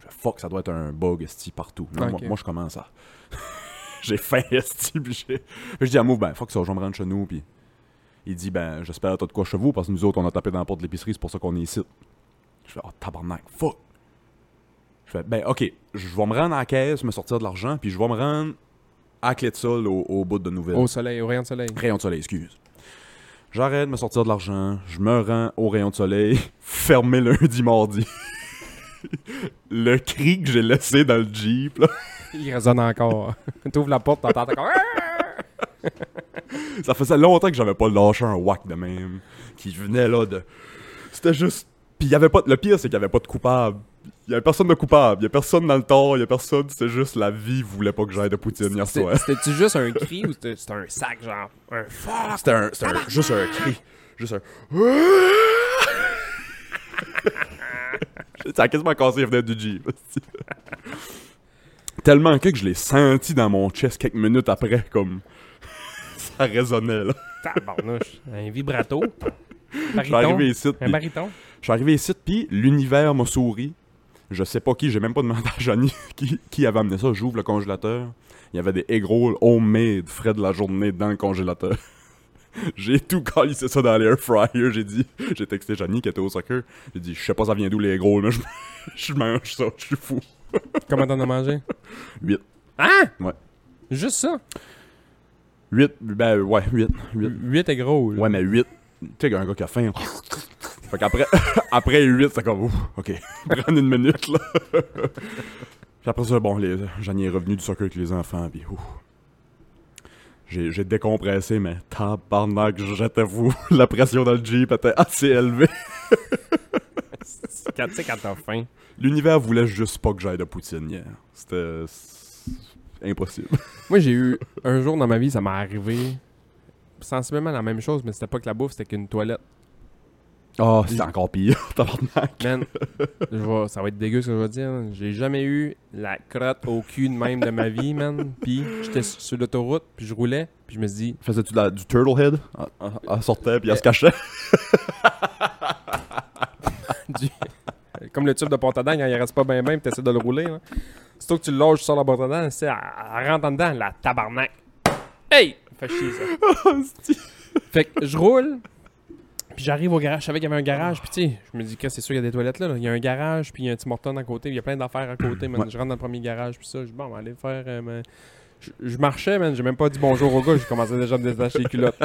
Speaker 3: Je fais, fuck, ça doit être un bug, esti, partout. Non,
Speaker 2: Ok.
Speaker 3: moi, moi, je commence à. (laughs) j'ai faim, esti, puis j'ai- puis je dis à move, ben, fuck ça, je vais me rendre chez nous, puis. Il dit, ben, j'espère que t'as de quoi chez vous, parce que nous autres, on a tapé dans la porte de l'épicerie, c'est pour ça qu'on est ici. Je fais, oh, tabarnak, fuck. Je fais, ben, ok, je vais me rendre à la caisse, me sortir de l'argent, puis je vais me rendre à la clé de sol au, au bout de nouvelles.
Speaker 2: Au soleil, au rayon de (laughs) soleil.
Speaker 3: Rayon de soleil, excuse. J'arrête de me sortir de l'argent, je me rends au rayon de soleil, (laughs) fermé lundi, mardi. (laughs) le cri que j'ai laissé dans le Jeep, là,
Speaker 2: Il résonne encore. (laughs) T'ouvres la porte, t'entends Ah! encore.
Speaker 3: ça faisait longtemps que j'avais pas lâché un whack de même, qui venait là de. C'était juste. Puis il y avait pas. Le pire, c'est qu'il y avait pas de coupable. Il y avait personne de coupable, il y a personne dans le tort, il y a personne, c'est juste la vie voulait pas que j'aille de Poutine hier soir.
Speaker 2: C'était- C'était-tu juste un cri ou c'était c'était un sac, genre un fuck?
Speaker 3: C'était un, c'était un- juste un cri. Juste un. Ça a quasiment cassé les fenêtres du Jeep. hostie. Tellement que que je l'ai senti dans mon chest quelques minutes après, comme. (laughs) Ça résonnait, là.
Speaker 2: Tabarnouche. Un vibrato.
Speaker 3: Je suis arrivé
Speaker 2: Bariton.
Speaker 3: ici,
Speaker 2: Un
Speaker 3: puis-
Speaker 2: bariton.
Speaker 3: je suis arrivé ici, puis l'univers m'a souri. Je sais pas qui, j'ai même pas demandé à Johnny (laughs) qui, qui avait amené ça. J'ouvre le congélateur. Il y avait des egg rolls homemade frais de la journée dans le congélateur. (laughs) j'ai tout calissé ça dans l'air fryer. J'ai dit, j'ai texté Johnny qui était au soccer. J'ai dit, je sais pas ça vient d'où les egg rolls, mais je, (laughs) je mange ça, je suis fou.
Speaker 2: Comment t'en as mangé?
Speaker 3: Huit.
Speaker 2: Hein?
Speaker 3: Ouais.
Speaker 2: Juste ça?
Speaker 3: 8, ben ouais, 8. 8.
Speaker 2: 8 est gros. là.
Speaker 3: Ouais, mais 8. Tu sais, qu'un gars qui a faim. fait qu'après (laughs) après 8, c'est comme, ouf, ok, (laughs) prendre une minute, là. (laughs) puis après ça, bon, les, j'en ai revenu du soccer avec les enfants, puis ouf. J'ai, j'ai décompressé, mais tabarnak, j'étais vous. (laughs) La pression dans le Jeep était assez élevée.
Speaker 2: Quand- Tu sais, quand t'as faim.
Speaker 3: L'univers voulait juste pas que j'aille de Poutine hier. C'était c'est impossible.
Speaker 2: Moi, j'ai eu un jour dans ma vie, ça m'est arrivé sensiblement la même chose, mais c'était pas que la bouffe, c'était qu'une toilette.
Speaker 3: Ah, c'est encore pire, (laughs) tabarnak.
Speaker 2: Man, je vais- ça va être dégueu ce que je vais dire. man. J'ai jamais eu la crotte au cul de même de ma vie, man. Puis j'étais sur sur l'autoroute, puis je roulais, puis je me suis dit,
Speaker 3: Faisais-tu de la- du turtle head? Elle- Elle elle sortait, puis elle se (laughs) cachait.
Speaker 2: (laughs) comme le tube de porte à dents, quand il reste pas bien bien, puis t'essaies de le rouler. Là. Surtout que tu le loges sur la porte à dents, c'est à rentre en dedans, la tabarnak. Hey! Fait chier ça. fait que je roule, puis j'arrive au garage. Je savais qu'il y avait un garage, puis tu sais, je me dis que c'est sûr qu'il y a des toilettes là. là. Il y a un garage, puis il y a un petit Morton à côté, il y a plein d'affaires à côté. man. Je rentre dans le premier garage, puis ça, je dis bon, on va aller faire. euh, ma- je, je marchais, man, j'ai même pas dit bonjour au gars, j'ai commencé déjà à me détacher les culottes.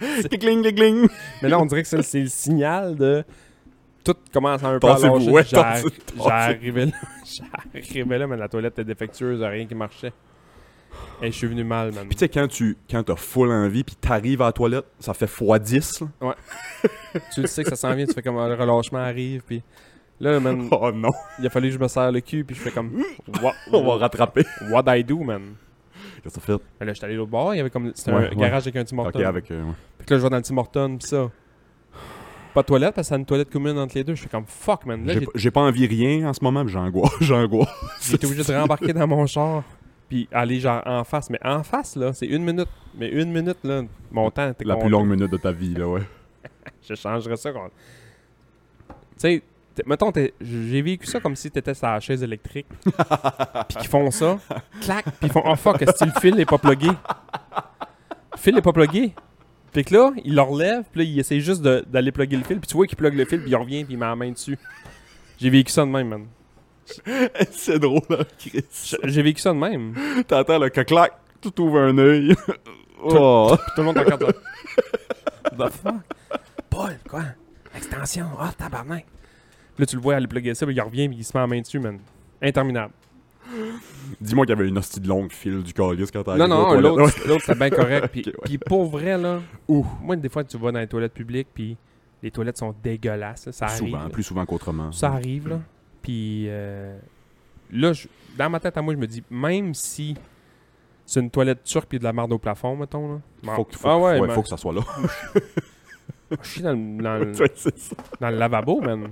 Speaker 3: Gling, gling, gling.
Speaker 2: Mais là, on dirait que c'est le- c'est le signal de. Tout commence à un peu à
Speaker 3: Tassez-vous,
Speaker 2: lâcher.
Speaker 3: ouais,
Speaker 2: J'ar-
Speaker 3: tassez- tassez-vous.
Speaker 2: J'arrivais là, (laughs) j'arrivais là, mais la toilette était défectueuse, rien qui marchait. Et je suis venu mal, man.
Speaker 3: Puis tu sais, quand tu quand t'as full envie, puis t'arrives à la toilette, ça fait x10. là. (laughs)
Speaker 2: Tu le sais que ça s'en vient, tu fais comme euh, le relâchement arrive, puis là, man,
Speaker 3: Oh non,
Speaker 2: il a fallu que je me serre le cul, puis je fais
Speaker 3: (laughs)
Speaker 2: comme What,
Speaker 3: on va rattraper.
Speaker 2: what I do, man.
Speaker 3: Qu'est-ce que ça fait?
Speaker 2: Mais là, j'étais allé l'autre bord, il y avait comme c'était
Speaker 3: Ouais,
Speaker 2: un
Speaker 3: ouais.
Speaker 2: garage avec un Tim Hortons.
Speaker 3: Ok, avec. euh, ouais.
Speaker 2: Puis que là, je vais dans le Tim Hortons, puis ça. Pas de toilette, parce que c'est une toilette commune entre les deux. Je fais comme fuck, man. Là,
Speaker 3: J'ai
Speaker 2: j'ai-
Speaker 3: pas- j'ai pas envie rien en ce moment, mais j'angoisse. (laughs) J'angoisse.
Speaker 2: J'étais obligé de rembarquer dans mon char. Puis aller genre en face. Mais en face, là, c'est une minute. Mais une minute, là, mon temps était
Speaker 3: La
Speaker 2: con-
Speaker 3: plus longue minute de ta vie, là, ouais.
Speaker 2: (laughs) Je changerais ça. quand- Tu sais, t- mettons, t'es- j'ai vécu ça comme si t'étais sur la chaise
Speaker 3: (laughs)
Speaker 2: électrique. puis qu'ils font ça. Clac. Puis ils font, oh fuck, est-ce que le fil n'est pas plugué? Le fil n'est pas plugué. Fait que là, il le relève. Puis là, il essaie juste de- d'aller plugger le fil. Puis tu vois qu'il plugue le fil. Puis il revient. Puis il met la main dessus. J'ai vécu ça de même, man.
Speaker 3: C'est drôle, hein, Chris.
Speaker 2: J'ai vécu ça de même.
Speaker 3: T'entends le clac, tout ouvre un œil. (laughs) oh.
Speaker 2: Tout le monde regarde (laughs) là. The Bah, fuck? Paul, quoi? Extension. Ah, tabarnak. Puis Là, tu le vois aller plugger ça, puis il revient, puis il se met en main dessus, man. Interminable.
Speaker 3: Dis-moi qu'il y avait une hostie de longue file du calice quand t'as
Speaker 2: Non, non, l'autre, l'autre, c'est
Speaker 3: (laughs)
Speaker 2: bien correct. Puis,
Speaker 3: Ok, ouais.
Speaker 2: puis pour vrai, là, ouf. Moi, des fois, tu vas dans les toilettes publiques, puis les toilettes sont dégueulasses. là, Ça arrive.
Speaker 3: Souvent, plus souvent qu'autrement.
Speaker 2: Ça arrive, là. Puis euh, là, je- dans ma tête à moi, je me dis, même si c'est une toilette turque, puis de la merde au plafond, mettons, là. bon.
Speaker 3: Faut que, faut,
Speaker 2: ah ouais,
Speaker 3: ouais,
Speaker 2: mais-
Speaker 3: faut que ça soit là.
Speaker 2: je suis dans le- dans le,
Speaker 3: (laughs) Ouais, c'est ça.
Speaker 2: dans le lavabo, man.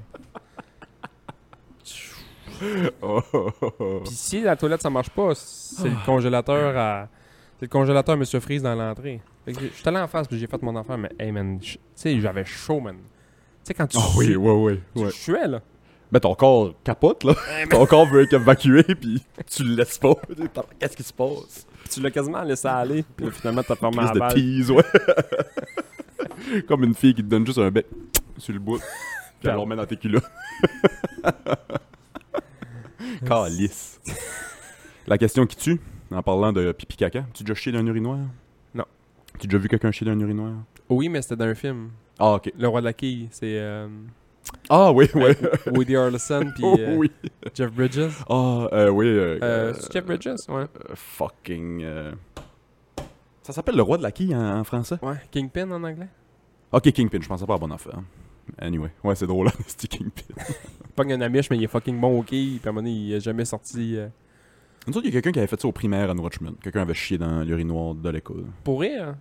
Speaker 3: Oh, oh, oh, oh.
Speaker 2: Puis si la toilette ça marche pas, c'est
Speaker 3: Ah.
Speaker 2: le congélateur à c'est le congélateur à Monsieur Freeze dans l'entrée. Fait que Je suis allé en face puis j'ai fait mon affaire mais hey man, je- tu sais j'avais chaud man. sais, quand tu
Speaker 3: Ah oui,
Speaker 2: sues,
Speaker 3: oui,
Speaker 2: tu
Speaker 3: oui.
Speaker 2: suais, là.
Speaker 3: Mais Ben, ton corps capote, là. ton corps veut être évacué, (laughs) puis tu le laisses pas. Qu'est-ce qui se passe?
Speaker 2: Tu l'as quasiment laissé aller, puis là, finalement, t'as formé
Speaker 3: Plus
Speaker 2: la
Speaker 3: de
Speaker 2: balle.
Speaker 3: tease, ouais. (laughs) Comme une fille qui te donne juste un bec sur le bout, puis elle le remet dans tes culottes. (laughs) Calice. La question qui tue, en parlant de pipi caca, tu as déjà chié d'un urinoir?
Speaker 2: Non.
Speaker 3: Tu as déjà vu quelqu'un chier d'un urinoir?
Speaker 2: Oui, mais c'était dans un film.
Speaker 3: Ah, ok.
Speaker 2: Le roi de la quille, c'est
Speaker 3: (laughs)
Speaker 2: euh,
Speaker 3: Ah, oui, ouais.
Speaker 2: Woody Harrelson, Euh, puis
Speaker 3: Oh,
Speaker 2: euh,
Speaker 3: (laughs) oui.
Speaker 2: Jeff Bridges.
Speaker 3: Ah, euh, oui. euh,
Speaker 2: Euh,
Speaker 3: euh,
Speaker 2: c'est Jeff Bridges, ouais.
Speaker 3: euh, fucking. euh, Ça s'appelle le roi de la quille hein, en, en français?
Speaker 2: Ouais, Kingpin en anglais.
Speaker 3: Ok, Kingpin, je pensais pas à bon affaire. Anyway, ouais, c'est drôle, (laughs) c'est Kingpin.
Speaker 2: Il pogne un amiche, mais il est fucking bon au quille, puis à un moment donné, il est jamais sorti. euh,
Speaker 3: Nous autres, il y a quelqu'un qui avait fait ça au primaire à New Richmond. Quelqu'un avait chié dans l'urinoir de l'école.
Speaker 2: Pour rire.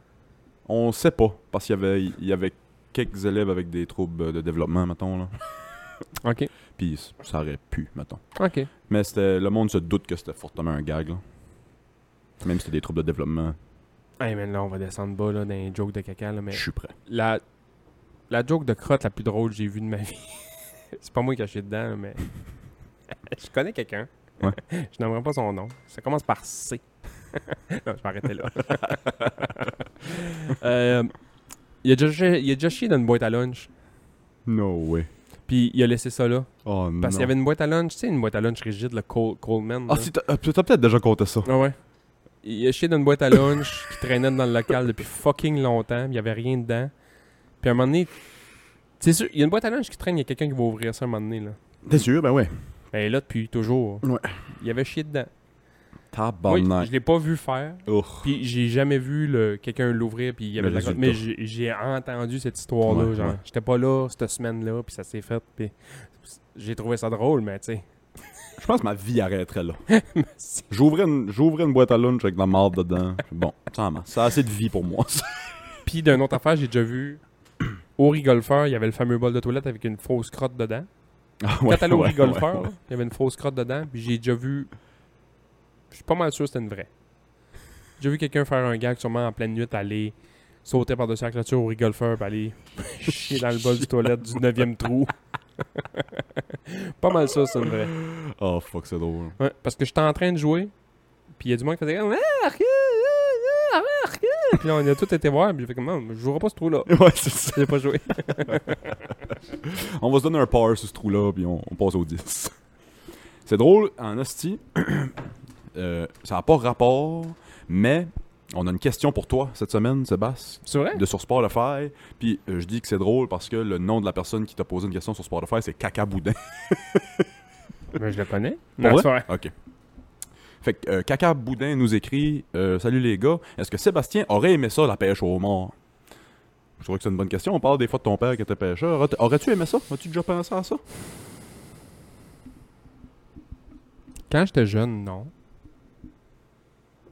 Speaker 3: On sait pas, parce qu'il y avait, il y avait quelques élèves avec des troubles de développement, mettons, là.
Speaker 2: Ok,
Speaker 3: Puis ça aurait pu, mettons.
Speaker 2: ok.
Speaker 3: Mais c'était, le monde se doute que c'était fortement un gag, là. Même si c'était des troubles de développement,
Speaker 2: Hey, man, là, on va descendre bas, là, dans les jokes de caca, là, mais...
Speaker 3: je suis prêt.
Speaker 2: La... la joke de crotte la plus drôle que j'ai vue de ma vie. (laughs) c'est pas moi qui ai acheté dedans, là, mais. (laughs) je connais quelqu'un.
Speaker 3: Ouais.
Speaker 2: (laughs) je n'aimerais pas son nom. Ça commence par C. (laughs) non, je vais arrêter
Speaker 3: (laughs)
Speaker 2: là. Euh, il, a déjà, chié- il a déjà chié dans une boîte à lunch.
Speaker 3: No way.
Speaker 2: Puis il a laissé ça là.
Speaker 3: Oh non.
Speaker 2: Parce qu'il y avait une boîte à lunch, tu sais, une boîte à lunch rigide, le Col- Coleman.
Speaker 3: Ah,
Speaker 2: là.
Speaker 3: si, t'as, euh, t'as peut-être déjà compté ça.
Speaker 2: Ah ouais. Il a chié dans une boîte à lunch qui traînait dans le local depuis fucking longtemps. Il y avait rien dedans. Puis à un moment donné, c'est sûr, il y a une boîte à lunch qui traîne, il y a quelqu'un qui va ouvrir ça à un moment donné. Là.
Speaker 3: T'es sûr? Ben ouais.
Speaker 2: Elle est là depuis toujours.
Speaker 3: Ouais.
Speaker 2: Il avait chié dedans. Moi,
Speaker 3: Tabarnak.
Speaker 2: je l'ai pas vu faire.
Speaker 3: Oh.
Speaker 2: Puis j'ai jamais vu le, quelqu'un l'ouvrir. Puis il y avait
Speaker 3: Le
Speaker 2: de la-
Speaker 3: résultat.
Speaker 2: Mais j'ai j'ai entendu cette histoire-là.
Speaker 3: Ouais,
Speaker 2: genre,
Speaker 3: ouais.
Speaker 2: j'étais pas là cette semaine-là. Puis ça s'est fait. Puis j'ai trouvé ça drôle, mais tu sais.
Speaker 3: Je pense que ma vie arrêterait (laughs) là. J'ouvrais une, j'ouvrais une boîte à lunch avec de la marde dedans. Bon, ça en marche. Ça a assez de vie pour moi. ça.
Speaker 2: Puis d'une autre affaire, j'ai déjà vu. Au rigolfeur, il y avait le fameux bol de toilette avec une fausse crotte dedans.
Speaker 3: (laughs) Ah,
Speaker 2: Quand
Speaker 3: ouais,
Speaker 2: t'allais au
Speaker 3: ouais,
Speaker 2: rigolfeur,
Speaker 3: ouais,
Speaker 2: là, il y avait une fausse crotte dedans, puis j'ai déjà vu. Je suis pas mal sûr que c'était une vraie. J'ai vu quelqu'un faire un gag, sûrement en pleine nuit, aller sauter par-dessus la clôture au rigolfeur, puis aller (laughs) chier dans le bol du toilette du 9 trou. (laughs) pas mal sûr que c'est une vraie.
Speaker 3: ouais. Oh fuck, c'est drôle. (laughs)
Speaker 2: Ouais, parce que j'étais en train de jouer, puis il y a du monde qui faisait comme, Ah, arrête, ah, arrête, arrête. Puis là, on a tout été voir, puis j'ai fait comme, Non, je jouerai pas ce trou-là.
Speaker 3: Ouais, c'est ça.
Speaker 2: J'ai pas joué.
Speaker 3: On va se donner un par sur ce trou-là, puis on, on passe au 10. C'est drôle, en hostie, (coughs) euh, ça n'a pas rapport, mais on a une question pour toi cette semaine, Sébastien,
Speaker 2: C'est vrai?
Speaker 3: de sur Spotify. Puis euh, je dis que c'est drôle parce que le nom de la personne qui t'a posé une question sur Spotify, c'est Caca Boudin.
Speaker 2: Mais Ben, je le connais.
Speaker 3: Pour
Speaker 2: Non,
Speaker 3: vrai?
Speaker 2: c'est vrai.
Speaker 3: OK. Fait que euh, Caca Boudin nous écrit euh, Salut les gars, est-ce que Sébastien aurait aimé ça, la pêche au mort Je trouvais que c'est une bonne question. On parle des fois de ton père qui était pêcheur. Aurais- Aurais-tu aimé ça As-tu déjà pensé à ça
Speaker 2: Quand j'étais jeune, non.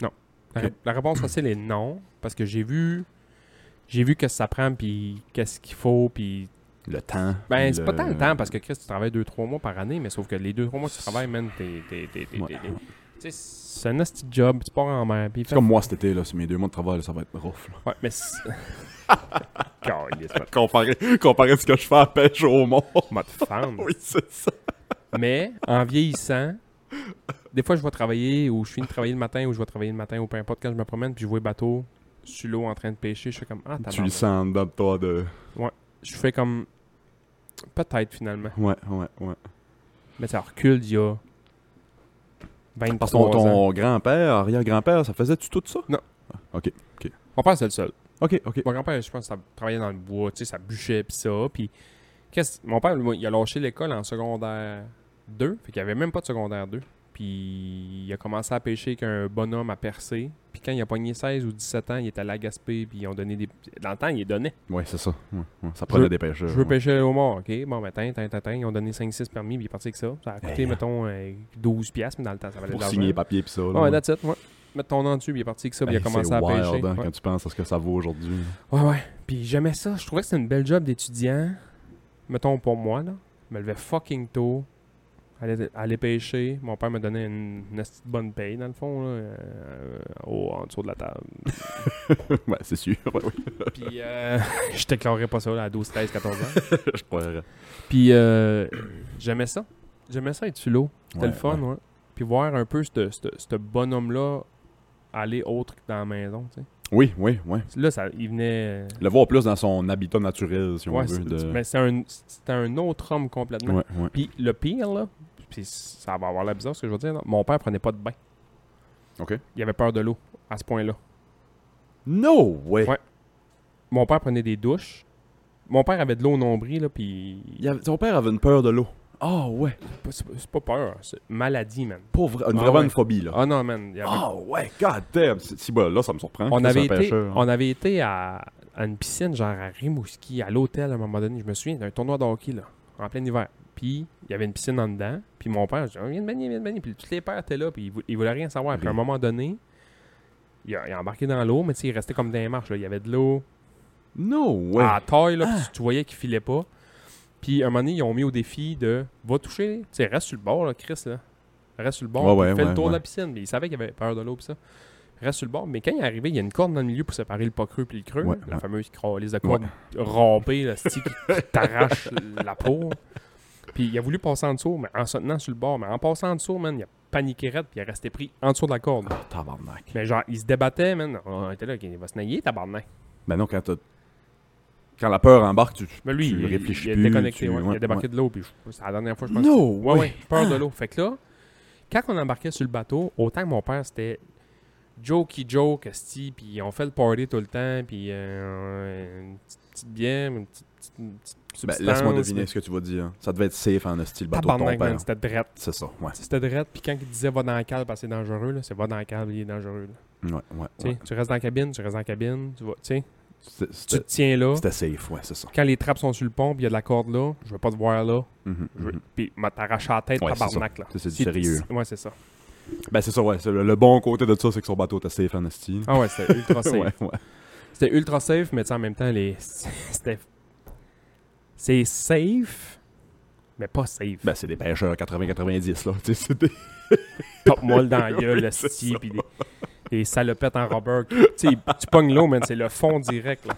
Speaker 2: Non. La,
Speaker 3: Ok.
Speaker 2: la réponse facile est non, parce que j'ai vu j'ai vu qu'est-ce que ça prend puis qu'est-ce qu'il faut puis
Speaker 3: Le temps.
Speaker 2: ben c'est pas
Speaker 3: le-
Speaker 2: tant le temps parce que Chris tu travailles 2 3 mois par année mais sauf que les 2 3 mois que tu travailles man t'es t'es t'es t'es-
Speaker 3: Ouais.
Speaker 2: t'es- t'es- tu sais, c'est un asti job tu pars en mer puis
Speaker 3: C'est comme moi cet été, là, c'est mes deux mois de travail, là, ça va être rough. là.
Speaker 2: ouais mais c'est- (laughs) Calisse, man.
Speaker 3: (laughs) Comparer, comparer ce que je fais à la pêche au monde.
Speaker 2: M'a de femme.
Speaker 3: (laughs) oui, c'est ça.
Speaker 2: Mais en vieillissant, des fois je vais travailler ou je finis de travailler le matin ou je vais travailler le matin ou peu importe quand je me promène puis je vois bateau sur l'eau en train de pêcher, je suis comme ah
Speaker 3: Tu le
Speaker 2: tabarnak.
Speaker 3: sens dans toi de.
Speaker 2: Je fais comme peut-être finalement.
Speaker 3: Ouais, ouais, ouais.
Speaker 2: Mais ça recule d'il y a 23
Speaker 3: Parce que ton,
Speaker 2: ans.
Speaker 3: ton grand-père, arrière-grand-père, ça faisait-tu tout ça
Speaker 2: Non.
Speaker 3: Ah, Ok,
Speaker 2: Mon père c'est le seul.
Speaker 3: ok, ok.
Speaker 2: Mon grand-père, je pense ça travaillait dans le bois, tu sais, ça bûchait puis ça puis qu'est-ce mon père moi, il a lâché l'école en secondaire 2, fait qu'il y avait même pas de secondaire 2. Puis il a commencé à pêcher qu'un bonhomme à percer. Puis quand il a pogné 16 ou 17 ans, il était allé à Gaspé. Puis ils ont donné des. Dans le temps, il est donné.
Speaker 3: Ouais, c'est ça. Ouais, ouais. Ça prenait des pêcheurs.
Speaker 2: Je veux
Speaker 3: ouais.
Speaker 2: pêcher le homard, ok? Bon, ben, tin, tin, tin, tin, Ils ont donné 5-6 permis. Puis il est parti avec ça. Ça a coûté,
Speaker 3: Hey.
Speaker 2: mettons, euh, 12$, piastres, mais dans le temps, ça valait
Speaker 3: Pour
Speaker 2: de l'argent.
Speaker 3: signer les papiers pis ça. là,
Speaker 2: Ouais,
Speaker 3: ouais.
Speaker 2: that's it, ouais. Mettre ton nom dessus, puis il est parti avec ça, puis il
Speaker 3: Hey,
Speaker 2: a commencé
Speaker 3: c'est
Speaker 2: à
Speaker 3: wild,
Speaker 2: pêcher.
Speaker 3: hein,
Speaker 2: ouais.
Speaker 3: quand tu penses à ce que ça vaut aujourd'hui. (laughs)
Speaker 2: Ouais, ouais. Puis j'aimais ça. Je trouvais que c'était une belle job d'étudiant. Mettons pour moi, là. Je me levais fucking tôt. Aller, aller pêcher. Mon père me donnait une, une esti de bonne paye, dans le fond, là, euh, au- en dessous de la
Speaker 3: (laughs)
Speaker 2: table.
Speaker 3: ouais, c'est sûr. (laughs) oui.
Speaker 2: Puis, euh, (laughs) je déclarais pas ça là, à 12, 13, 14 ans.
Speaker 3: (laughs) Je croirais.
Speaker 2: Puis euh, j'aimais ça. J'aimais ça être sur l'eau. C'était le
Speaker 3: Ouais,
Speaker 2: fun, ouais. Puis voir un peu ce- ce ce bonhomme-là aller autre que dans la maison. tu
Speaker 3: Oui, oui, oui.
Speaker 2: sais. Là, ça, il venait. euh,
Speaker 3: Le voir plus dans son habitat naturel, si on
Speaker 2: ouais,
Speaker 3: veut.
Speaker 2: c'est-
Speaker 3: De...
Speaker 2: mais c'est un, c'était un autre homme complètement.
Speaker 3: Ouais, ouais.
Speaker 2: Puis le pire, là, puis ça va avoir l'air bizarre ce que je veux dire, là, mon père prenait pas de bain.
Speaker 3: OK.
Speaker 2: Il avait peur de l'eau à ce point-là.
Speaker 3: No way!
Speaker 2: Ouais. Mon père prenait des douches. Mon père avait de l'eau au nombril, là, puis.
Speaker 3: Il avait- Son père avait une peur de l'eau. Ah ouais.
Speaker 2: C'est pas- c'est pas peur, c'est maladie, man.
Speaker 3: Pauvre, une,
Speaker 2: Ah,
Speaker 3: vraiment
Speaker 2: ouais.
Speaker 3: une phobie, là.
Speaker 2: Ah non, man. il y avait-
Speaker 3: Ah ouais, god damn! C'est- Si, bah, là, ça me surprend.
Speaker 2: on
Speaker 3: C'est
Speaker 2: avait,
Speaker 3: un
Speaker 2: été,
Speaker 3: pêcheur, hein.
Speaker 2: on avait été à, à une piscine, genre à Rimouski, à l'hôtel à un moment donné. Je me souviens d'un tournoi de hockey, là, en plein hiver. Puis, il y avait une piscine en dedans. Puis, mon père, je dis, viens de baigner, viens de baigner. Puis, tous les pères étaient là, puis ils vou- ils voulaient rien savoir. Puis, à un
Speaker 3: Oui.
Speaker 2: moment donné, il a, il a embarqué dans l'eau, mais tu sais, il restait comme dans les marches. là. Il y avait de l'eau
Speaker 3: No way!
Speaker 2: à la taille, là, puis tu- tu voyais qu'il filait pas. Puis, à un moment donné, ils ont mis au défi de va toucher, tu sais, reste sur le bord, là, Chris, là. Reste sur le bord,
Speaker 3: Ouais,
Speaker 2: puis
Speaker 3: ouais,
Speaker 2: fais
Speaker 3: ouais,
Speaker 2: le tour
Speaker 3: ouais.
Speaker 2: de la piscine. Mais il savait qu'il avait peur de l'eau, puis ça. Reste sur le bord. Mais quand il est arrivé, il y a une corde dans le milieu pour séparer le pas creux puis le creux.
Speaker 3: Ouais,
Speaker 2: la
Speaker 3: ouais.
Speaker 2: fameuse calice de corde rompée, là, c'ti, qui
Speaker 3: (laughs)
Speaker 2: qui t'arrache la peau. Puis il a voulu passer en dessous, mais en se tenant sur le bord. Mais en passant en dessous, man, il a paniqué raide, puis il est resté pris en dessous de la corde.
Speaker 3: Ah, tabarnak.
Speaker 2: Mais genre, il se débattait, man. On était là, il va se nailler, tabarnak.
Speaker 3: Ben non, quand t'as... Quand la peur embarque, tu,
Speaker 2: Mais Ben, lui,
Speaker 3: tu
Speaker 2: il,
Speaker 3: réfléchis
Speaker 2: il est
Speaker 3: plus,
Speaker 2: déconnecté.
Speaker 3: tu-
Speaker 2: ouais. il
Speaker 3: ouais,
Speaker 2: a débarqué
Speaker 3: ouais.
Speaker 2: de l'eau. Puis je- c'est la dernière fois, je pense.
Speaker 3: No
Speaker 2: Ouais,
Speaker 3: way. Ah.
Speaker 2: ouais, peur de l'eau. Fait que là, quand on embarquait sur le bateau, autant que mon père, c'était joke qui joke, esti, puis on fait le party tout le temps, puis euh, une petite, petite bière, une petite, petite- une petite
Speaker 3: Ben,
Speaker 2: substance.
Speaker 3: laisse-moi deviner ce que tu vas dire. Ça devait être safe en style bateau de ton
Speaker 2: Tabarnak, man,
Speaker 3: père.
Speaker 2: c'était drette.
Speaker 3: C'est ça, ouais.
Speaker 2: C'était drette, puis quand il disait va dans la cale parce que c'est dangereux, là, c'est va dans la cale, il est dangereux. là.
Speaker 3: Ouais, ouais.
Speaker 2: Tu sais,
Speaker 3: ouais.
Speaker 2: Tu restes dans la cabine, tu restes dans la cabine, tu vas, tu sais,
Speaker 3: C'était-
Speaker 2: tu
Speaker 3: C'était
Speaker 2: te tiens là.
Speaker 3: c'était safe, ouais, c'est ça.
Speaker 2: Quand les trappes sont sur le pont, puis il y a de la corde là, je veux pas te voir là.
Speaker 3: Mhm,
Speaker 2: Je veux-
Speaker 3: mhm.
Speaker 2: Puis m'a t'arraché la tête,
Speaker 3: Ouais, c'est
Speaker 2: tabarnak, là.
Speaker 3: Ça, C'est du sérieux.
Speaker 2: c'est- Ouais, c'est ça.
Speaker 3: Ben c'est ça, ouais. c'est Le, le bon côté de ça, c'est que son bateau était safe en esti.
Speaker 2: Ah ouais,
Speaker 3: (laughs)
Speaker 2: c'était ultra safe.
Speaker 3: ouais, ouais.
Speaker 2: C'était ultra safe, mais tu sais, en même temps, les... (laughs) c'était. C'est safe, mais pas safe.
Speaker 3: Ben c'est des pêcheurs 80-90, là. (laughs) Tu sais, c'est des-
Speaker 2: Top molle dans
Speaker 3: (laughs)
Speaker 2: la gueule, le sti, puis des, des salopettes en rubber. Tu sais, tu pognes l'eau, man, c'est le fond direct, là.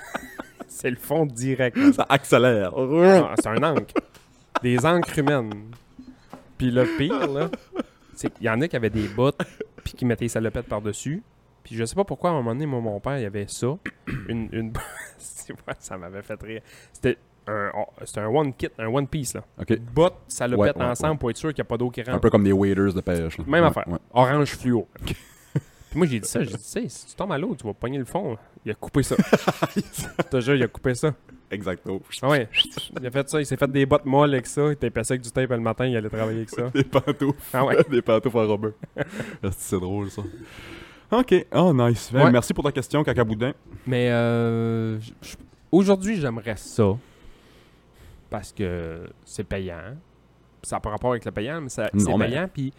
Speaker 2: (laughs) c'est le fond direct. là.
Speaker 3: Ça accélère.
Speaker 2: Ah, c'est un ancre. Des ancres humaines. Puis le pire, là, c'est qu'il y en a qui avaient des bottes, puis qui mettaient les salopettes par-dessus. Puis je sais pas pourquoi, à un moment donné, moi, mon père, il avait ça. Une. une... (laughs) c'est vrai, ça m'avait fait rire. C'était un, oh, c'était un one kit, un one piece, là.
Speaker 3: OK.
Speaker 2: Bottes, salopettes
Speaker 3: Ouais, ouais,
Speaker 2: ensemble
Speaker 3: ouais.
Speaker 2: pour être sûr qu'il n'y a pas d'eau qui
Speaker 3: Un
Speaker 2: rentre.
Speaker 3: peu comme des waders de pêche. là.
Speaker 2: Même
Speaker 3: Ouais,
Speaker 2: affaire.
Speaker 3: ouais.
Speaker 2: Orange
Speaker 3: (laughs)
Speaker 2: fluo. puis moi, j'ai dit ça, j'ai dit, tu sais, si tu tombes à l'eau, tu vas pogner le fond. Il a coupé ça. Je te jure, il a coupé ça.
Speaker 3: (laughs) Exacto.
Speaker 2: Ah ouais. Il a fait ça, il s'est fait des bottes molles avec ça, il était passé avec du tape le matin, il allait travailler avec ça.
Speaker 3: Des pantoufles.
Speaker 2: Ah ouais.
Speaker 3: des pantoufles à Robert. Esti, (laughs) c'est drôle, ça. OK. Oh, nice. Ben,
Speaker 2: Ouais.
Speaker 3: Merci pour ta question, Cacaboudin.
Speaker 2: (laughs) Mais euh, j- j- aujourd'hui, j'aimerais ça parce que c'est payant. Ça n'a pas rapport avec le payant, mais ça-
Speaker 3: Non,
Speaker 2: c'est
Speaker 3: mais-
Speaker 2: payant. Puis,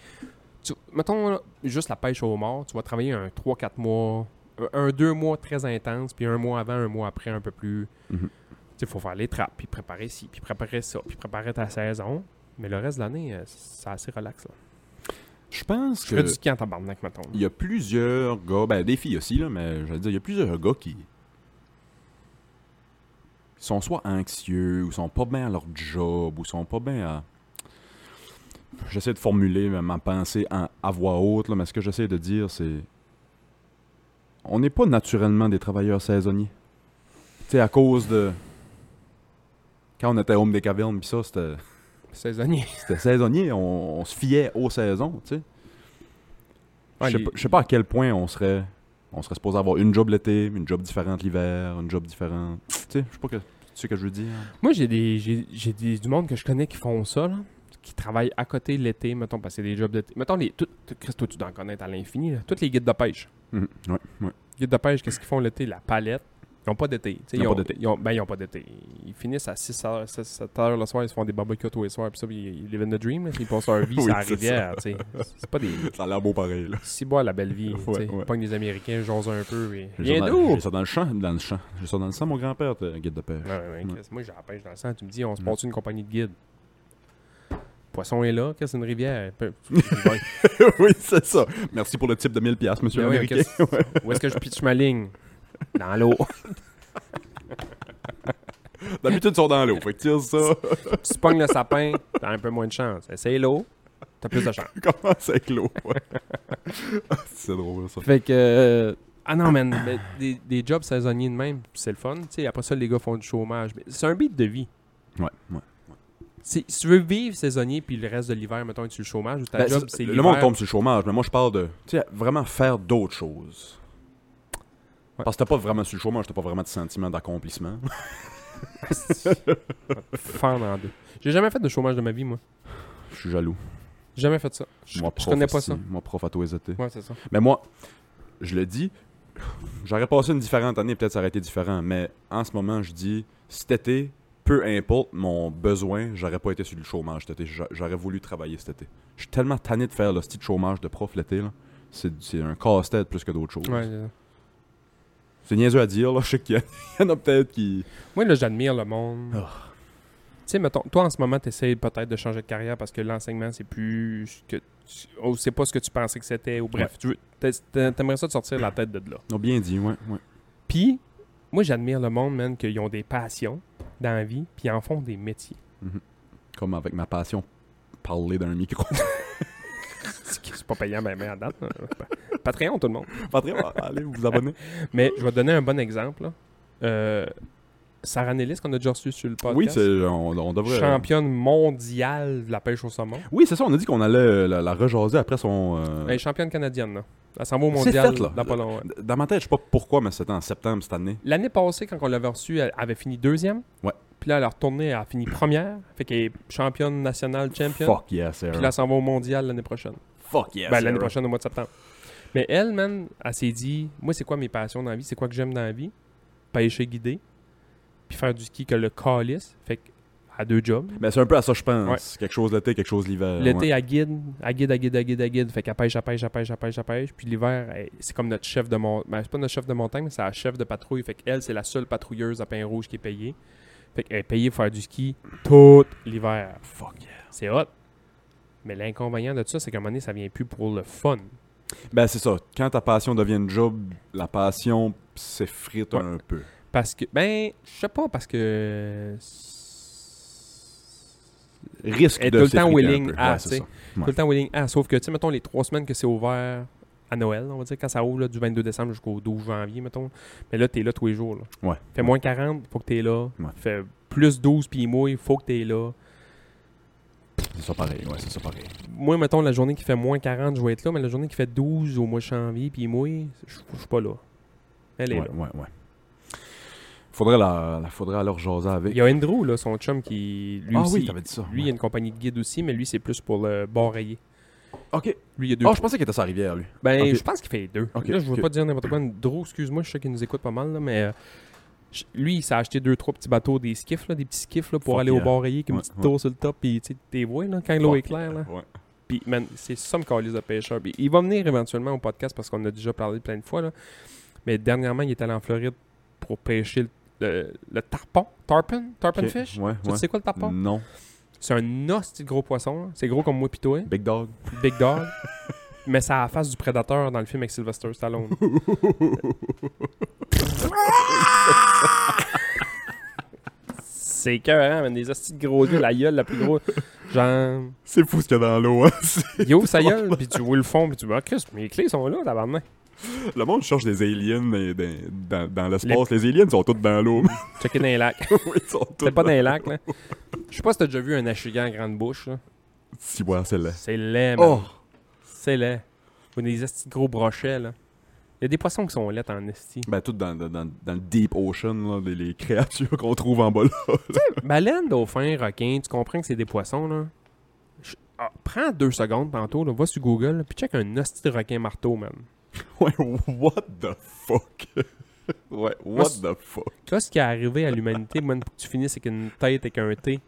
Speaker 2: tu- mettons là, juste la pêche au mort, tu vas travailler un 3-4 mois, un- un 2 mois très intense, puis un mois avant, un mois après, un peu plus.
Speaker 3: Mhm.
Speaker 2: Tu sais, faut faire les trappes, puis préparer ci, puis préparer ça, puis préparer ta saison. Mais le reste de l'année, euh, c'est assez relax. Là.
Speaker 3: Je pense
Speaker 2: Je
Speaker 3: que...
Speaker 2: fais du ski en tabarnak, mettons. là.
Speaker 3: Il y a plusieurs gars, ben des filles aussi, là, mais j'allais dire, il y a plusieurs gars qui sont soit anxieux, ou sont pas bien à leur job, ou sont pas bien à. J'essaie de formuler ma- ma pensée en, à voix haute, là, mais ce que j'essaie de dire, c'est. On n'est pas naturellement des travailleurs saisonniers. Tu sais, à cause de. Quand on était à Home des Cavernes, pis ça, c'était
Speaker 2: Saisonnier.
Speaker 3: c'était saisonnier, on, on se fiait aux saisons, tu sais.
Speaker 2: Ouais,
Speaker 3: (laughs) je, sais
Speaker 2: les-
Speaker 3: pas, je sais pas à quel point on serait on serait supposé avoir une job l'été, une job différente l'hiver, une job différente. Tu sais, je sais pas que tu sais ce que je veux dire.
Speaker 2: Moi, j'ai des, j'ai, j'ai des, du monde que je connais qui font ça, là, qui travaillent à côté l'été, mettons, parce que c'est des jobs d'été. Mettons, les, tout, tout- Chris, toi, tu dois en connaître à l'infini, là. Tous les guides de pêche.
Speaker 3: Mhm. Ouais, ouais.
Speaker 2: Les guides de pêche, qu'est-ce qu'ils font l'été? La palette. Ils n'ont pas d'été. Tu sais,
Speaker 3: Ils ont
Speaker 2: ont
Speaker 3: pas d'été.
Speaker 2: Ils ont, ben, ils ont pas d'été. Ils finissent à 6 h 6, 7 heures le soir, ils se font des barbecues tous les soirs, puis ça, puis ils, ils live in the dream, là. Ils passent leur vie
Speaker 3: (laughs) Oui,
Speaker 2: sur la
Speaker 3: c'est
Speaker 2: rivière, tu sais. C'est pas des...
Speaker 3: Ça a l'air beau pareil là.
Speaker 2: Si bois la belle
Speaker 3: (laughs)
Speaker 2: vie, tu
Speaker 3: Ouais,
Speaker 2: sais.
Speaker 3: ouais.
Speaker 2: Ils pognent les Américains, j'ose un peu, et...
Speaker 3: J'ai
Speaker 2: Viens
Speaker 3: ça
Speaker 2: d'où?
Speaker 3: dans- j'ai ça dans le champ, dans le champ. J'ai ça dans le sang mon grand-père, t'es un guide de pêche.
Speaker 2: Ouais, ouais, ouais,
Speaker 3: Ouais. Mm.
Speaker 2: Chris, Moi, j'ai la pêche dans le sang. Tu me dis, on se passe une compagnie de guide. poisson est là, que c'est une rivière. Peu-
Speaker 3: (laughs) oui, c'est ça. Merci pour le type de 1000$, piastres, monsieur
Speaker 2: Ben oui,
Speaker 3: américain. (laughs)
Speaker 2: qu'est-ce- Où est-ce que je pitche ma ligne? Dans l'eau.
Speaker 3: D'habitude, ils sont dans l'eau. Fait que
Speaker 2: (laughs)
Speaker 3: tire ça.
Speaker 2: tu pognes le sapin, t'as un peu moins de chance. Essaye l'eau, t'as plus de chance.
Speaker 3: Commence avec l'eau. ouais. (laughs) Ah, c'est drôle, ça.
Speaker 2: Fait que. euh, Ah non, man, mais des, des jobs saisonniers de même, c'est le fun. Tu sais, après ça, les gars font du chômage. Mais C'est un beat de vie.
Speaker 3: Ouais, ouais.
Speaker 2: C'est- Si tu veux vivre saisonnier, puis le reste de l'hiver, mettons, tu le chômage, ou ta
Speaker 3: Ben,
Speaker 2: job,
Speaker 3: c'est-
Speaker 2: c'est
Speaker 3: le
Speaker 2: l'hiver.
Speaker 3: monde tombe sur le chômage, mais moi je parle de tu sais, vraiment faire d'autres choses.
Speaker 2: Ouais.
Speaker 3: Parce que t'as pas vraiment sur le chômage, t'as pas vraiment de sentiment d'accomplissement. (laughs)
Speaker 2: Fendre en deux. J'ai jamais fait de chômage de ma vie, moi.
Speaker 3: je suis jaloux.
Speaker 2: J'ai jamais fait ça. Je,
Speaker 3: moi,
Speaker 2: je
Speaker 3: prof,
Speaker 2: connais pas
Speaker 3: aussi.
Speaker 2: ça.
Speaker 3: Moi, prof à tout SAT.
Speaker 2: Ouais, c'est ça.
Speaker 3: Mais moi, je le dis, j'aurais passé une différente année, peut-être ça aurait été différent, mais en ce moment, je dis, cet été, peu importe mon besoin, j'aurais pas été sur le chômage cet été. J'a- J'aurais voulu travailler cet été. Je suis tellement tanné de faire le style chômage de prof l'été, là. C'est c'est un casse-tête plus que d'autres choses.
Speaker 2: Ouais, c'est ça.
Speaker 3: C'est niaiseux à dire, là. (laughs) Je sais qu'il y, a- il y en a peut-être qui.
Speaker 2: Moi, là, j'admire le monde.
Speaker 3: Oh.
Speaker 2: Tu sais, mettons, toi, en ce moment, t'essayes peut-être de changer de carrière parce que l'enseignement, c'est plus. ce que tu- oh, c'est pas ce que tu pensais que c'était, ou bref. tu veux- t'es- t'es- T'aimerais ça te sortir la tête de là.
Speaker 3: Ils ont bien dit, ouais, ouais.
Speaker 2: Puis, moi, j'admire le monde, man, qu'ils ont des passions dans la vie, puis ils en font des métiers. (laughs)
Speaker 3: Comme avec ma passion, parler d'un micro. (laughs)
Speaker 2: C'est que c'est pas payant, ben, mais à date. là. Patreon, tout le monde.
Speaker 3: Patrick, allez vous vous abonner.
Speaker 2: Mais je vais te donner un bon exemple. là. Euh, Sarah Nellis, qu'on a déjà reçu sur le podcast.
Speaker 3: Oui, c'est, hein. on, on devrait.
Speaker 2: Championne mondiale de la pêche au saumon.
Speaker 3: Oui, c'est ça, on a dit qu'on allait euh, la, la rejaser après son. euh,
Speaker 2: Elle est Ben, championne canadienne, là. Elle s'en va au
Speaker 3: C'est
Speaker 2: mondial
Speaker 3: fait, là.
Speaker 2: dans pas long, ouais.
Speaker 3: Dans ma tête, je sais pas pourquoi, mais c'était en septembre cette année.
Speaker 2: L'année passée, quand on l'avait reçue, elle avait fini deuxième.
Speaker 3: Ouais.
Speaker 2: Puis là, elle a retourné, elle a fini première. Fait qu'elle est championne nationale champion.
Speaker 3: Fuck yeah, Sarah.
Speaker 2: Puis là, elle s'en va au mondial l'année prochaine.
Speaker 3: Fuck yeah,
Speaker 2: ben,
Speaker 3: Sarah.
Speaker 2: l'année prochaine, au mois de septembre. Mais elle, man, elle s'est dit Moi, c'est quoi mes passions dans la vie C'est quoi que j'aime dans la vie Pêcher guidé. Puis faire du ski que le calice. Fait que, à deux jobs.
Speaker 3: Mais Ben, c'est un peu à ça, je pense. Quelque chose l'été, quelque chose l'hiver.
Speaker 2: L'été,
Speaker 3: Euh, ouais.
Speaker 2: elle guide, elle guide, elle guide, elle guide, elle guide. Fait qu'elle pêche, elle pêche, elle pêche, elle pêche, elle pêche. Puis l'hiver, elle- c'est comme notre chef de montagne. c'est pas notre chef de montagne, mais c'est la chef de patrouille. Fait qu'elle, c'est la seule patrouilleuse à Pain Rouge qui est payée. Fait qu'elle est payée pour faire du ski tout l'hiver.
Speaker 3: Fuck yeah.
Speaker 2: C'est hot. Mais l'inconvénient de ça, c'est qu'à un moment donné, ça vient plus pour le fun.
Speaker 3: Ben, c'est ça. Quand ta passion devient une job, la passion s'effrite un peu.
Speaker 2: Parce que, ben, je sais pas, parce que.
Speaker 3: Risque
Speaker 2: Elle est
Speaker 3: de
Speaker 2: tout le temps
Speaker 3: s'effriter un
Speaker 2: willing
Speaker 3: peu.
Speaker 2: à,
Speaker 3: Ouais, c'est
Speaker 2: tu sais.
Speaker 3: ça.
Speaker 2: Tout le temps willing. Ah, sauf que, tu sais, mettons, les trois semaines que c'est ouvert à Noël, on va dire, quand ça ouvre, là, du 22 décembre jusqu'au 12 janvier, mettons. Mais là, t'es là tous les jours, là.
Speaker 3: Ouais.
Speaker 2: Fait moins 40, faut que t'es là.
Speaker 3: Ouais.
Speaker 2: Fait plus 12, puis il mouille, faut que t'es là.
Speaker 3: C'est ça pareil, ouais, c'est ça pareil.
Speaker 2: Moi, mettons, la journée qui fait moins 40, je vais être là, mais la journée qui fait 12 au mois de janvier, puis il mouille, je je suis pas là. Elle est
Speaker 3: ouais,
Speaker 2: là.
Speaker 3: ouais, ouais. Faudrait la, la faudrait alors jaser avec.
Speaker 2: Il y a Andrew, là, son chum, qui, lui
Speaker 3: ah
Speaker 2: aussi,
Speaker 3: oui, t'avais dit ça.
Speaker 2: lui, il a une compagnie de guide aussi, mais lui, c'est plus pour le barrayer.
Speaker 3: Ok.
Speaker 2: Lui, il y a deux.
Speaker 3: Oh, je pensais qu'il était sa rivière, lui.
Speaker 2: Ben,
Speaker 3: Ok.
Speaker 2: je pense qu'il fait les deux.
Speaker 3: Ok,
Speaker 2: Là, je veux
Speaker 3: ok.
Speaker 2: pas dire n'importe quoi. Drew, excuse-moi, je sais qu'il nous écoute pas mal, là, mais euh, je- lui, il s'est acheté deux, trois petits bateaux, des skiffs, là, des petits skiffs là, pour
Speaker 3: Fuck
Speaker 2: aller au
Speaker 3: yeah.
Speaker 2: bord rayé, qui une
Speaker 3: Ouais,
Speaker 2: petite
Speaker 3: ouais.
Speaker 2: tour sur le top, puis tu sais, t'es vois, là, quand l'eau est claire. Là.
Speaker 3: Ouais.
Speaker 2: Puis, man, c'est ça me calisse de pêcheur. Puis, il va venir éventuellement au podcast parce qu'on a déjà parlé plein de fois, là. Mais dernièrement, il est allé en Floride pour pêcher le, le- le tarpon, tarpon, tarpon
Speaker 3: Ok,
Speaker 2: fish.
Speaker 3: Ouais,
Speaker 2: Tu
Speaker 3: ouais. Mm.
Speaker 2: sais quoi le tarpon?
Speaker 3: Non.
Speaker 2: C'est un hostie de gros poisson, là. C'est gros comme moi pis toi.
Speaker 3: Big Dog. (laughs)
Speaker 2: Big Dog. mais ça a la face du prédateur dans le film avec Sylvester Stallone. C'est écœurant, mais des hosties de gros yeux, la gueule la plus grosse. Genre,
Speaker 3: C'est fou ce qu'il y a dans l'eau. hein. (laughs) C'est-
Speaker 2: il ouvre sa gueule, puis tu vois le fond, puis tu vois, Chris, mes clés sont là, tabarnak.
Speaker 3: Le monde cherche des aliens dans, dans- dans l'espace. Les... aliens sont tous dans l'eau. (laughs)
Speaker 2: Checker dans les lacs.
Speaker 3: Ils sont tous
Speaker 2: C'est pas dans
Speaker 3: dans
Speaker 2: les lacs, là. Je sais pas si t'as déjà vu un achigan à grande bouche, là.
Speaker 3: Si, ouais, celle-là.
Speaker 2: C'est laid, man.
Speaker 3: Ben. Oh!
Speaker 2: C'est laid. Ou des hosties de gros brochets, là. Il y a des poissons qui sont laids en esti.
Speaker 3: Ben, tout dans, dans, dans- dans le deep ocean, là, les, les créatures (laughs) qu'on trouve en bas là.
Speaker 2: Baleine, dauphin, requin, tu comprends que c'est des poissons, là. Je- ah, prends deux secondes tantôt, là, va sur Google, là, puis check un hostie de requin marteau, man.
Speaker 3: Ouais, what the fuck? (laughs) ouais,
Speaker 2: Moi,
Speaker 3: what
Speaker 2: c'est-
Speaker 3: the fuck?
Speaker 2: Qu'est-ce qui est arrivé à l'humanité, man, pour que tu finisses avec une tête et un T?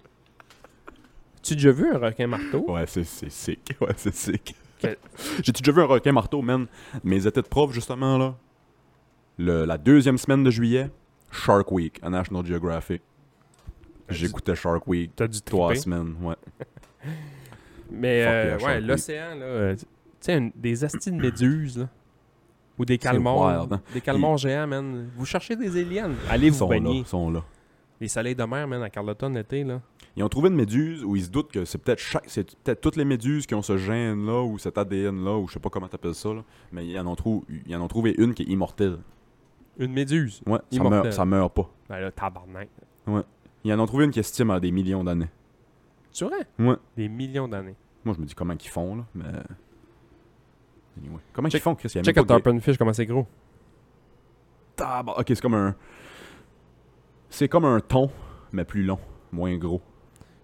Speaker 2: Tu as déjà vu un requin marteau?
Speaker 3: Ouais, c'est c'est sick. (laughs) Ouais, c'est sick.
Speaker 2: Que-
Speaker 3: J'ai-tu déjà vu un requin marteau, man? Mes étés de prof, justement, là. Le- la deuxième semaine de juillet, Shark Week à National Geographic. J'écoutais Shark Week
Speaker 2: T'as du
Speaker 3: trois
Speaker 2: triper.
Speaker 3: semaines, ouais.
Speaker 2: Mais
Speaker 3: Fuck
Speaker 2: euh,
Speaker 3: yeah,
Speaker 2: ouais,
Speaker 3: Sharpie.
Speaker 2: l'océan, là, euh, tu sais, une- des astis de méduses, là. Ou des calmars.
Speaker 3: wild, hein.
Speaker 2: Des calmars géants, man. Vous cherchez des aliens. Allez
Speaker 3: Ils
Speaker 2: vous
Speaker 3: sont là,
Speaker 2: baigner.
Speaker 3: ils sont là.
Speaker 2: Les soleils de mer, man, à Carleton l'été, là.
Speaker 3: Ils ont trouvé une méduse où ils se doutent que c'est peut-être chaque, c'est peut-être toutes les méduses qui ont ce gène là ou cet ADN là ou je sais pas comment t'appelles ça là, mais ils en ont trouvé, ils en ont trouvé une qui est immortelle.
Speaker 2: Une méduse.
Speaker 3: Ouais, ça
Speaker 2: Immortelle.
Speaker 3: meurt, ça meurt pas.
Speaker 2: Ben là, tabarnak.
Speaker 3: Ils en ont trouvé une qui estime à des millions d'années.
Speaker 2: Tu vrai?
Speaker 3: Ouais.
Speaker 2: Des millions d'années.
Speaker 3: Moi je me dis comment qu'ils font là, mais anyway. comment
Speaker 2: Check-
Speaker 3: ils font Chris, il y a
Speaker 2: Check
Speaker 3: même
Speaker 2: out
Speaker 3: pas de-
Speaker 2: Tarponfish, comment c'est gros.
Speaker 3: Tabar- OK, c'est comme un c'est comme un thon mais plus long, moins gros.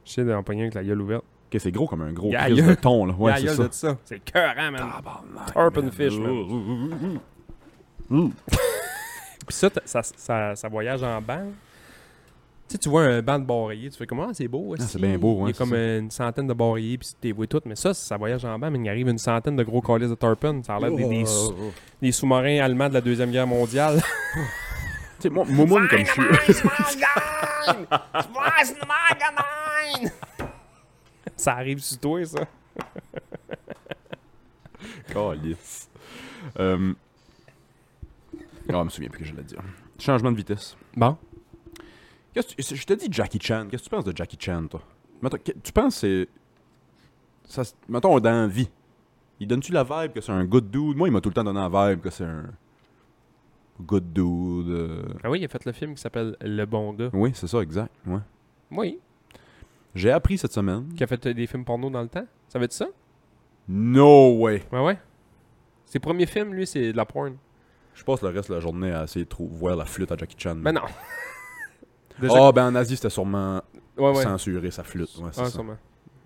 Speaker 2: Je sais d'en pogner avec la gueule ouverte.
Speaker 3: OK, c'est gros comme un gros
Speaker 2: Yeah,
Speaker 3: Chris
Speaker 2: yeah.
Speaker 3: de thon là. Ouais,
Speaker 2: la
Speaker 3: c'est
Speaker 2: gueule
Speaker 3: ça.
Speaker 2: de ça. C'est cœurant, man.
Speaker 3: Tabarnak,
Speaker 2: Tarponfish,
Speaker 3: man.
Speaker 2: (laughs) Puis ça, t- ça, ça, ça voyage en banc. Tu sais, tu vois un banc de barriers, tu fais comment c'est beau.
Speaker 3: Ah,
Speaker 2: aussi.
Speaker 3: c'est bien beau, ouais,
Speaker 2: Il y a
Speaker 3: c'est
Speaker 2: comme
Speaker 3: ça.
Speaker 2: une centaine de barriers, puis tu les vois toutes. Mais ça, ça voyage en banc, mais il arrive une centaine de gros colis de tarpon. Ça a l'air des, des sous-
Speaker 3: Oh.
Speaker 2: des sous-marins allemands de la Deuxième Guerre
Speaker 3: (laughs)
Speaker 2: mondiale.
Speaker 3: Tu sais, moi, moumoune comme je suis.
Speaker 2: ça arrive sur toi, ça.
Speaker 3: (laughs) Calice. Euh... Ah, je me souviens plus que je l'ai dit. Changement de vitesse.
Speaker 2: Bon.
Speaker 3: Qu'est-ce que tu- Je te dis Jackie Chan. Qu'est-ce que tu penses de Jackie Chan, toi? Mettons, que- tu penses que c'est... Ça, se- mettons, dans la vie. Il donne-tu la vibe que c'est un good dude? Moi, il m'a tout le temps donné la vibe que c'est un good dude. euh.
Speaker 2: Ah oui, il a fait le film qui s'appelle Le Bon Gars.
Speaker 3: Oui, c'est ça, exact. Ouais.
Speaker 2: Oui.
Speaker 3: J'ai appris cette semaine.
Speaker 2: Qui a fait euh, des films porno dans le temps. Ça veut dire ça?
Speaker 3: No way!
Speaker 2: Ouais, ouais. Ses premiers films, lui, c'est de la porn.
Speaker 3: Hmm. Je passe le reste de la journée à essayer de trou- voir la flûte à Jackie Chan.
Speaker 2: Ben
Speaker 3: (laughs)
Speaker 2: non. Déjà
Speaker 3: Ah, ben en Asie, c'était sûrement
Speaker 2: que- ouais, ouais.
Speaker 3: censuré sa flûte. Ouais, c'est
Speaker 2: Ah,
Speaker 3: ça.
Speaker 2: sûrement.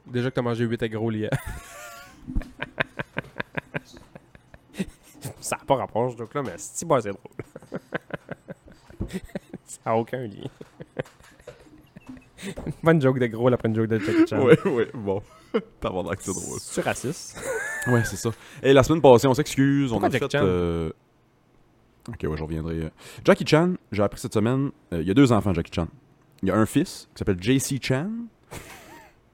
Speaker 2: Déjà que t'as mangé 8 agro hier. (laughs) ça n'a pas rapport, ce truc là mais si bon, c'est drôle. (laughs) ça n'a aucun lien. (laughs) Bonne joke de gros après une joke de Jackie Chan.
Speaker 3: Ouais, ouais, bon. (laughs) Tabarnak, c'est drôle.
Speaker 2: Tu raciste.
Speaker 3: Ouais, c'est ça. Et la semaine passée, on s'excuse. On
Speaker 2: Pourquoi
Speaker 3: a
Speaker 2: Jackie
Speaker 3: fait.
Speaker 2: Chan?
Speaker 3: euh, Ok, ouais, je reviendrai. euh. Jackie Chan, j'ai appris cette semaine, euh, il y a deux enfants, Jackie Chan. Il y a un fils qui s'appelle JC
Speaker 2: (laughs)
Speaker 3: Chan.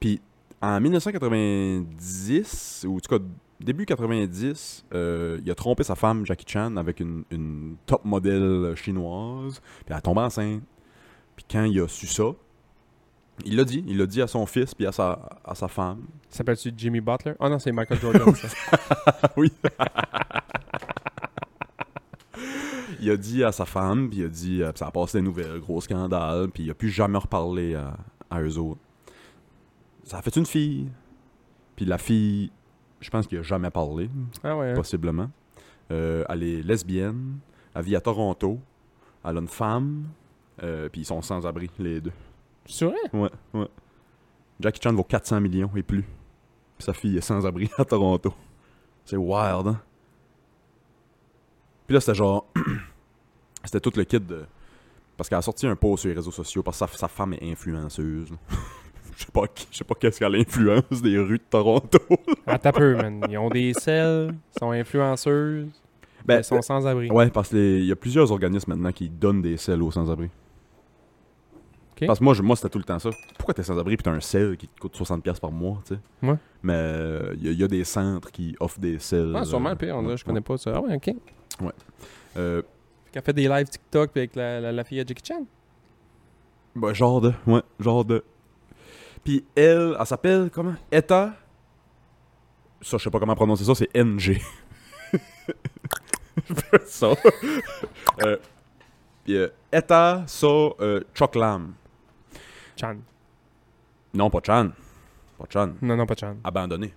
Speaker 3: Puis en 1990, ou en tout cas début 90, euh, il a trompé sa femme, Jackie Chan, avec une, une top modèle chinoise. Puis elle a tombé enceinte. Puis quand il a su ça, il l'a dit. Il l'a dit à son fils, puis à sa, à sa femme.
Speaker 2: S'appelles-tu Jimmy Butler? Ah non, c'est Michael
Speaker 3: (laughs)
Speaker 2: Jordan. ça.
Speaker 3: Il a dit à sa femme, puis il a dit, euh, ça a passé des nouvelles, gros scandale, puis il a plus jamais reparlé à, à eux autres. Ça a fait une fille. Puis la fille, je pense qu'il a jamais parlé,
Speaker 2: Ah ouais. hein.
Speaker 3: possiblement. Euh, elle est lesbienne, elle vit à Toronto, elle a une femme, euh, puis ils sont sans abri, les deux.
Speaker 2: C'est vrai?
Speaker 3: Ouais, ouais. Jackie Chan vaut 400 millions et plus. Puis sa fille est sans abri à Toronto. C'est wild, hein? Puis là, c'était genre. (clears throat) c'était tout le kit de. Parce qu'elle a sorti un post sur les réseaux sociaux parce que sa, sa femme est influenceuse. (laughs) Je sais pas, qui- je sais pas qu'est-ce qu'elle influence des rues de Toronto.
Speaker 2: Attends un Ah, peu, man. Ils ont des selles, ils sont influenceuses,
Speaker 3: ben,
Speaker 2: ils
Speaker 3: (laughs)
Speaker 2: sont sans abri.
Speaker 3: Ouais, parce qu'il y a plusieurs organismes maintenant qui donnent des selles aux sans-abri.
Speaker 2: Ok.
Speaker 3: Parce que moi, je- moi c'était tout le temps ça. Pourquoi t'es sans-abri puis t'as un sel qui te coûte 60$ par mois, tu sais?
Speaker 2: Ouais.
Speaker 3: Mais euh, il y, a- il y a des centres qui offrent des selles.
Speaker 2: Ah, sûrement,
Speaker 3: euh,
Speaker 2: puis on
Speaker 3: ouais,
Speaker 2: dirait, je connais pas ça. Ah ouais, ok.
Speaker 3: ouais. Euh,
Speaker 2: Qui a fait des lives TikTok puis avec la, la, la fille à Jackie Chan.
Speaker 3: bah, genre de, ouais, genre de. Puis elle, elle s'appelle comment? Eta... Ça, je sais pas comment prononcer ça, c'est NG. (laughs) Je fais ça. (laughs) euh, puis, euh, Eta, ça, euh, Choklam.
Speaker 2: Chan.
Speaker 3: Non, pas Chan. Pas Chan.
Speaker 2: Non, non, pas Chan.
Speaker 3: Abandonné.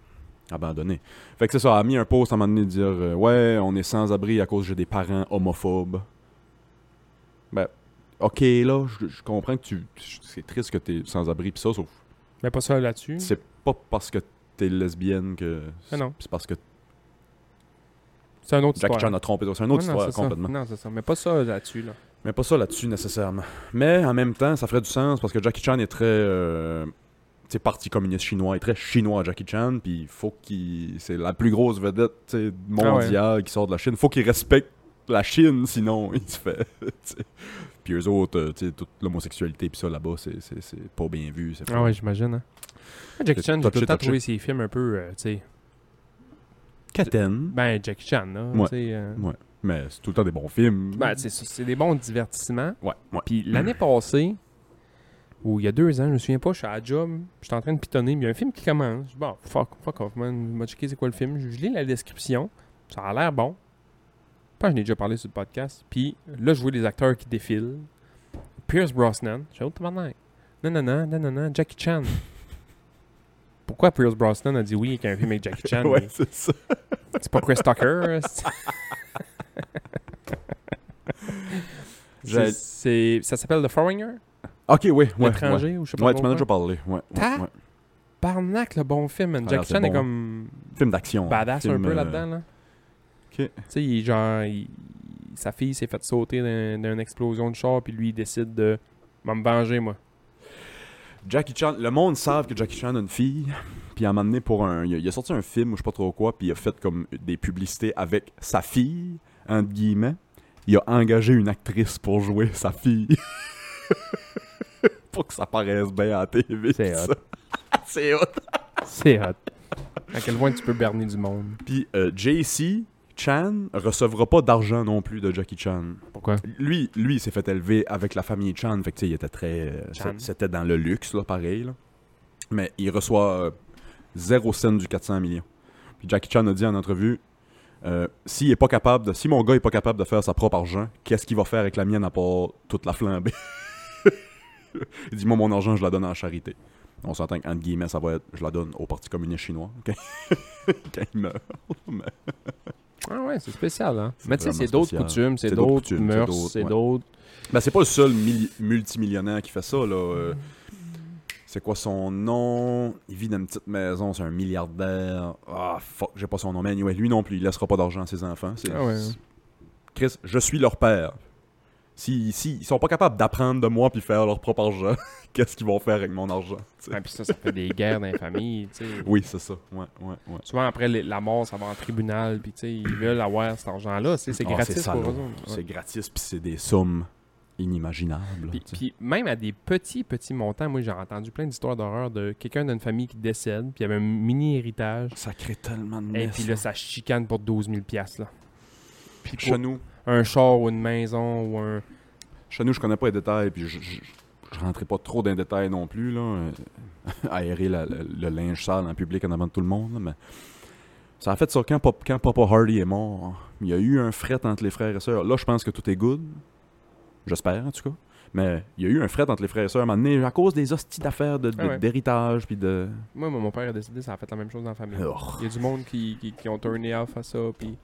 Speaker 3: Abandonné. Fait que c'est ça, elle a mis un post à un moment donné de dire euh, Ouais, on est sans abri à cause que j'ai des parents homophobes. Ben, ok, là, je, je comprends que tu. C'est triste que t'es sans abri, pis ça, sauf.
Speaker 2: Mais pas ça là-dessus.
Speaker 3: C'est pas parce que t'es lesbienne que.
Speaker 2: Ah non.
Speaker 3: C'est parce que
Speaker 2: C'est un autre
Speaker 3: Jackie
Speaker 2: histoire.
Speaker 3: Chan a trompé. C'est une autre
Speaker 2: Ouais, non,
Speaker 3: histoire,
Speaker 2: c'est ça.
Speaker 3: complètement.
Speaker 2: Non, c'est ça. Mais pas ça là-dessus, là.
Speaker 3: Mais pas ça là-dessus nécessairement. Mais en même temps, ça ferait du sens parce que Jackie Chan est très. euh, tu sais, parti communiste chinois, il est très chinois Jackie Chan, puis il faut qu'il. C'est la plus grosse vedette tu sais, mondiale qui sort de la Chine. faut qu'il respecte la Chine, sinon il se fait. (laughs) tu sais. Puis eux autres, euh, tu sais, toute l'homosexualité, puis ça là-bas, c'est- c'est c'est pas bien vu. c'est pas-
Speaker 2: Ah ouais, j'imagine, hein. Jackie Chan, j'ai
Speaker 3: Touché,
Speaker 2: tout le temps
Speaker 3: touché.
Speaker 2: trouvé ses films un peu, euh, tu sais,
Speaker 3: Katen.
Speaker 2: ben Jackie Chan, là,
Speaker 3: Ouais.
Speaker 2: tu sais. euh,
Speaker 3: Mais c'est tout le temps des bons films.
Speaker 2: ben, c'est ça, c'est des bons divertissements.
Speaker 3: ouais, ouais.
Speaker 2: Puis
Speaker 3: (laughs)
Speaker 2: l'année passée, ou il y a deux ans, je me souviens pas, je suis à la job, j'étais en train de pitonner, puis il y a un film qui commence. Je dis, Bon, fuck, fuck off, man, je vais checker c'est quoi le film. Je, je lis la description, ça a l'air bon. Je pense que je n'ai déjà parlé sur le podcast. Puis là, je vois les acteurs qui défilent. Pierce Brosnan, je suis au tabarnak. Non, non, non, non, non, non, Jackie Chan. Pourquoi Pierce Brosnan a dit oui qu'il y a un film avec Jackie Chan?
Speaker 3: (laughs) ouais, c'est ça.
Speaker 2: C'est pas Chris Tucker. c'est-
Speaker 3: J'ai-
Speaker 2: C'est- c'est- Ça s'appelle The Foreigner?
Speaker 3: Ok, oui, ouais.
Speaker 2: L'étranger ou je sais
Speaker 3: Ouais,
Speaker 2: pas.
Speaker 3: ouais tu
Speaker 2: trop quoi.
Speaker 3: m'en as déjà parlé. Ouais, ouais,
Speaker 2: Ta-
Speaker 3: ouais.
Speaker 2: Barnac, le bon film, man.
Speaker 3: Ah,
Speaker 2: Jackie
Speaker 3: c'est
Speaker 2: Chan est
Speaker 3: bon.
Speaker 2: comme
Speaker 3: Film d'action.
Speaker 2: badass un
Speaker 3: Film,
Speaker 2: peu
Speaker 3: euh,
Speaker 2: là-dedans, là.
Speaker 3: ok.
Speaker 2: Tu sais, il est genre... il- Sa fille s'est faite sauter d'un- d'une explosion de char, puis lui, il décide de... Va me venger, moi.
Speaker 3: Jackie Chan, le monde savent que Jackie Chan a une fille. Puis à un moment donné, pour un, il, a, il a sorti un film ou je sais pas trop quoi, puis il a fait comme des publicités avec sa fille, entre guillemets. Il a engagé une actrice pour jouer sa fille. (laughs) pour que ça paraisse bien à la TV.
Speaker 2: C'est
Speaker 3: ça.
Speaker 2: hot.
Speaker 3: (laughs) C'est hot.
Speaker 2: C'est hot. à quel point tu peux berner du monde.
Speaker 3: Puis euh, JC Chan recevra pas d'argent non plus de Jackie Chan.
Speaker 2: Pourquoi?
Speaker 3: Lui, lui, il s'est fait élever avec la famille Chan, fait que tu sais, il était très. euh,
Speaker 2: Chan.
Speaker 3: c'est- C'était dans le luxe, là, pareil. là. Mais il reçoit euh, zéro scène du 400 millions. Puis Jackie Chan a dit en entrevue euh, s'il est pas capable de, si mon gars est pas capable de faire sa propre argent, qu'est-ce qu'il va faire avec la mienne à part toute la flambée (laughs) Il dit moi, mon argent, je la donne en charité. On s'entend qu'entre guillemets, ça va être je la donne au Parti communiste chinois quand, (laughs) quand il meurt. Mais-
Speaker 2: Ah ouais, c'est spécial, hein. Mais tu sais,
Speaker 3: vraiment
Speaker 2: c'est d'autres
Speaker 3: spécial.
Speaker 2: coutumes, c'est
Speaker 3: C'est d'autres
Speaker 2: d'autres
Speaker 3: coutumes, c'est
Speaker 2: mœurs,
Speaker 3: d'autres-
Speaker 2: c'est
Speaker 3: ouais.
Speaker 2: d'autres...
Speaker 3: Ben, c'est pas le seul mili- multimillionnaire qui fait ça, là. euh, c'est quoi son nom? Il vit dans une petite maison, c'est un milliardaire. Ah, fuck, j'ai pas son nom. Mais anyway, lui non plus, il laissera pas d'argent à ses enfants. C'est-
Speaker 2: Ah ouais.
Speaker 3: c'est- Chris, je suis leur père. Si, si ils sont pas capables d'apprendre de moi puis faire leur propre argent, (laughs) qu'est-ce qu'ils vont faire avec mon argent? tu sais?
Speaker 2: Ah, puis ça, ça fait des guerres dans les familles, tu sais.
Speaker 3: Oui, c'est ça. Ouais, ouais, ouais.
Speaker 2: Souvent, après les- la mort, ça va en tribunal, puis tu sais, ils veulent avoir cet argent-là. tu sais, C'est
Speaker 3: Ah,
Speaker 2: gratis
Speaker 3: salaud.
Speaker 2: pour eux autres. Ouais.
Speaker 3: C'est gratis puis c'est des sommes inimaginables.
Speaker 2: Puis,
Speaker 3: tu sais.
Speaker 2: puis même à des petits, petits montants, moi j'ai entendu plein d'histoires d'horreur de quelqu'un d'une famille qui décède, puis il y avait un mini héritage,
Speaker 3: Ça crée tellement de
Speaker 2: et
Speaker 3: mess,
Speaker 2: puis là ça se chicane pour 12 000 piastres, là. Puis pour
Speaker 3: Chenou,
Speaker 2: un char ou une maison ou un...
Speaker 3: Chez nous, je connais pas les détails, puis je, je, je rentrais pas trop dans les détails non plus, là. euh, (laughs) Aérer la- le, le linge sale en public en avant de tout le monde, là, mais... Ça a fait ça quand, Pop- quand Papa Hardy est mort. Il y a eu un fret entre les frères et sœurs. Là, je pense que tout est good. J'espère, en tout cas. Mais il y a eu un fret entre les frères et sœurs à un moment donné, à cause des hosties d'affaires, de-
Speaker 2: Ah ouais.
Speaker 3: de- d'héritage, puis de...
Speaker 2: Moi, mon mon père a décidé, ça a fait la même chose dans la famille.
Speaker 3: Oh.
Speaker 2: Il y a du monde qui, qui, qui ont turné off à ça, puis...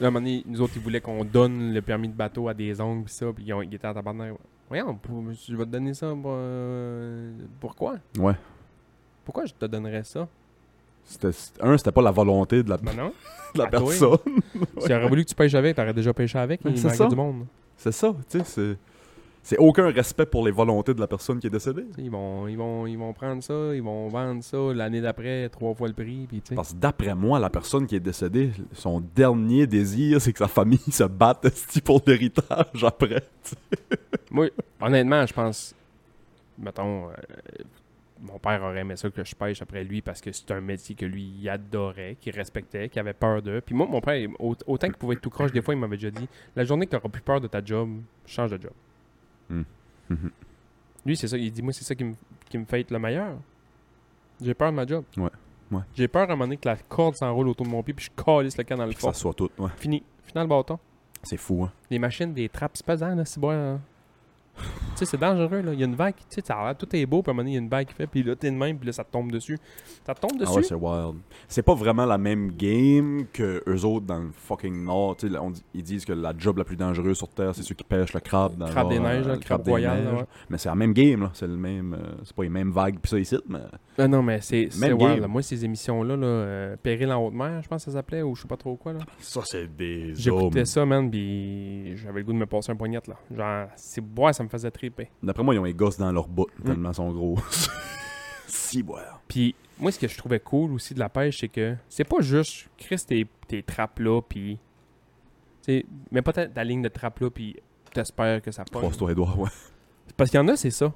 Speaker 2: Là, à un moment donné, nous autres, ils voulaient qu'on donne le permis de bateau à des ongles, puis ça, puis ils, ont- ils étaient à tabarnak. Voyons, pour- je vais te donner ça, pour, euh, pourquoi?
Speaker 3: Ouais.
Speaker 2: Pourquoi je te donnerais ça?
Speaker 3: C'était- c'était- un, c'était pas la volonté de la,
Speaker 2: Ben non.
Speaker 3: de la
Speaker 2: à toi.
Speaker 3: personne. (laughs)
Speaker 2: Si j'aurais voulu que tu pêches avec, t'aurais déjà pêché avec, mais
Speaker 3: Ouais,
Speaker 2: il
Speaker 3: c'est
Speaker 2: manquait
Speaker 3: ça.
Speaker 2: du monde.
Speaker 3: C'est ça, tu sais, c'est... C'est aucun respect pour les volontés de la personne qui est décédée.
Speaker 2: Tu sais, Ils vont, ils, vont, ils vont prendre ça, ils vont vendre ça l'année d'après, trois fois le prix. Puis, tu sais.
Speaker 3: Parce que d'après moi, la personne qui est décédée, son dernier désir, c'est que sa famille se batte (laughs) esti, pour l'héritage après. tu sais.
Speaker 2: Moi, honnêtement, je pense, mettons, euh, mon père aurait aimé ça que je pêche après lui parce que c'est un métier que lui il adorait, qu'il respectait, qu'il avait peur de. Puis moi, mon père, il- au- autant qu'il pouvait être tout croche, des fois, il m'avait déjà dit La journée que t'auras plus peur de ta job, change de job.
Speaker 3: Hmm. Mhm.
Speaker 2: Lui, c'est ça, il dit Moi, c'est ça qui me qui me fait être le meilleur. J'ai peur de ma job.
Speaker 3: Ouais, ouais.
Speaker 2: J'ai peur à un moment donné que la corde s'enroule autour de mon pied puis je calisse le camp dans le
Speaker 3: Puis que ça
Speaker 2: fond.
Speaker 3: soit tout. Ouais.
Speaker 2: Fini. Final bâton.
Speaker 3: C'est fou, hein.
Speaker 2: Les machines, des trappes, c'est pesant, là, c'est bon. hein. tu sais, c'est dangereux, là. Il y a une vague, qui- tu sais, ça a l'air- tout est beau, puis à un moment donné, il y a une vague qui fait, puis là, t'es de même, puis là, ça te tombe dessus. Ça te tombe dessus?
Speaker 3: Ah ouais, c'est wild. C'est pas vraiment la même game que eux autres dans le fucking Nord. Tu sais, là, on dit- ils disent que la job la plus dangereuse sur Terre, c'est ceux qui pêchent le crabe dans
Speaker 2: Crabe
Speaker 3: leur-
Speaker 2: des neiges, là,
Speaker 3: le
Speaker 2: le crabe royal, là, ouais.
Speaker 3: Mais c'est la même game, là. C'est le même. euh, c'est pas les mêmes vagues, puis ça, ici, mais.
Speaker 2: Ah non, mais c'est c'est
Speaker 3: Même
Speaker 2: wild,
Speaker 3: game.
Speaker 2: là. Moi, ces émissions-là, là, euh, Péril en haute mer, je pense que ça s'appelait, ou je sais pas trop quoi, là.
Speaker 3: Ça, c'est des.
Speaker 2: J'écoutais ça, man, puis j'avais le goût de me passer un poignette, là. Genre, c'est boire, ça me faisait triper.
Speaker 3: D'après moi, ils ont les gosses dans leur bottes,
Speaker 2: Mm.
Speaker 3: tellement ils sont gros. (laughs) si, ouais.
Speaker 2: Puis moi, ce que je trouvais cool aussi de la pêche, c'est que c'est pas juste Chris, tes, tes trappes là, puis. tu sais, Mais pas ta, ta ligne de trappe là, puis t'espères que ça pogne.
Speaker 3: Croise-toi, Edouard, ouais.
Speaker 2: Parce qu'il y en a, c'est ça.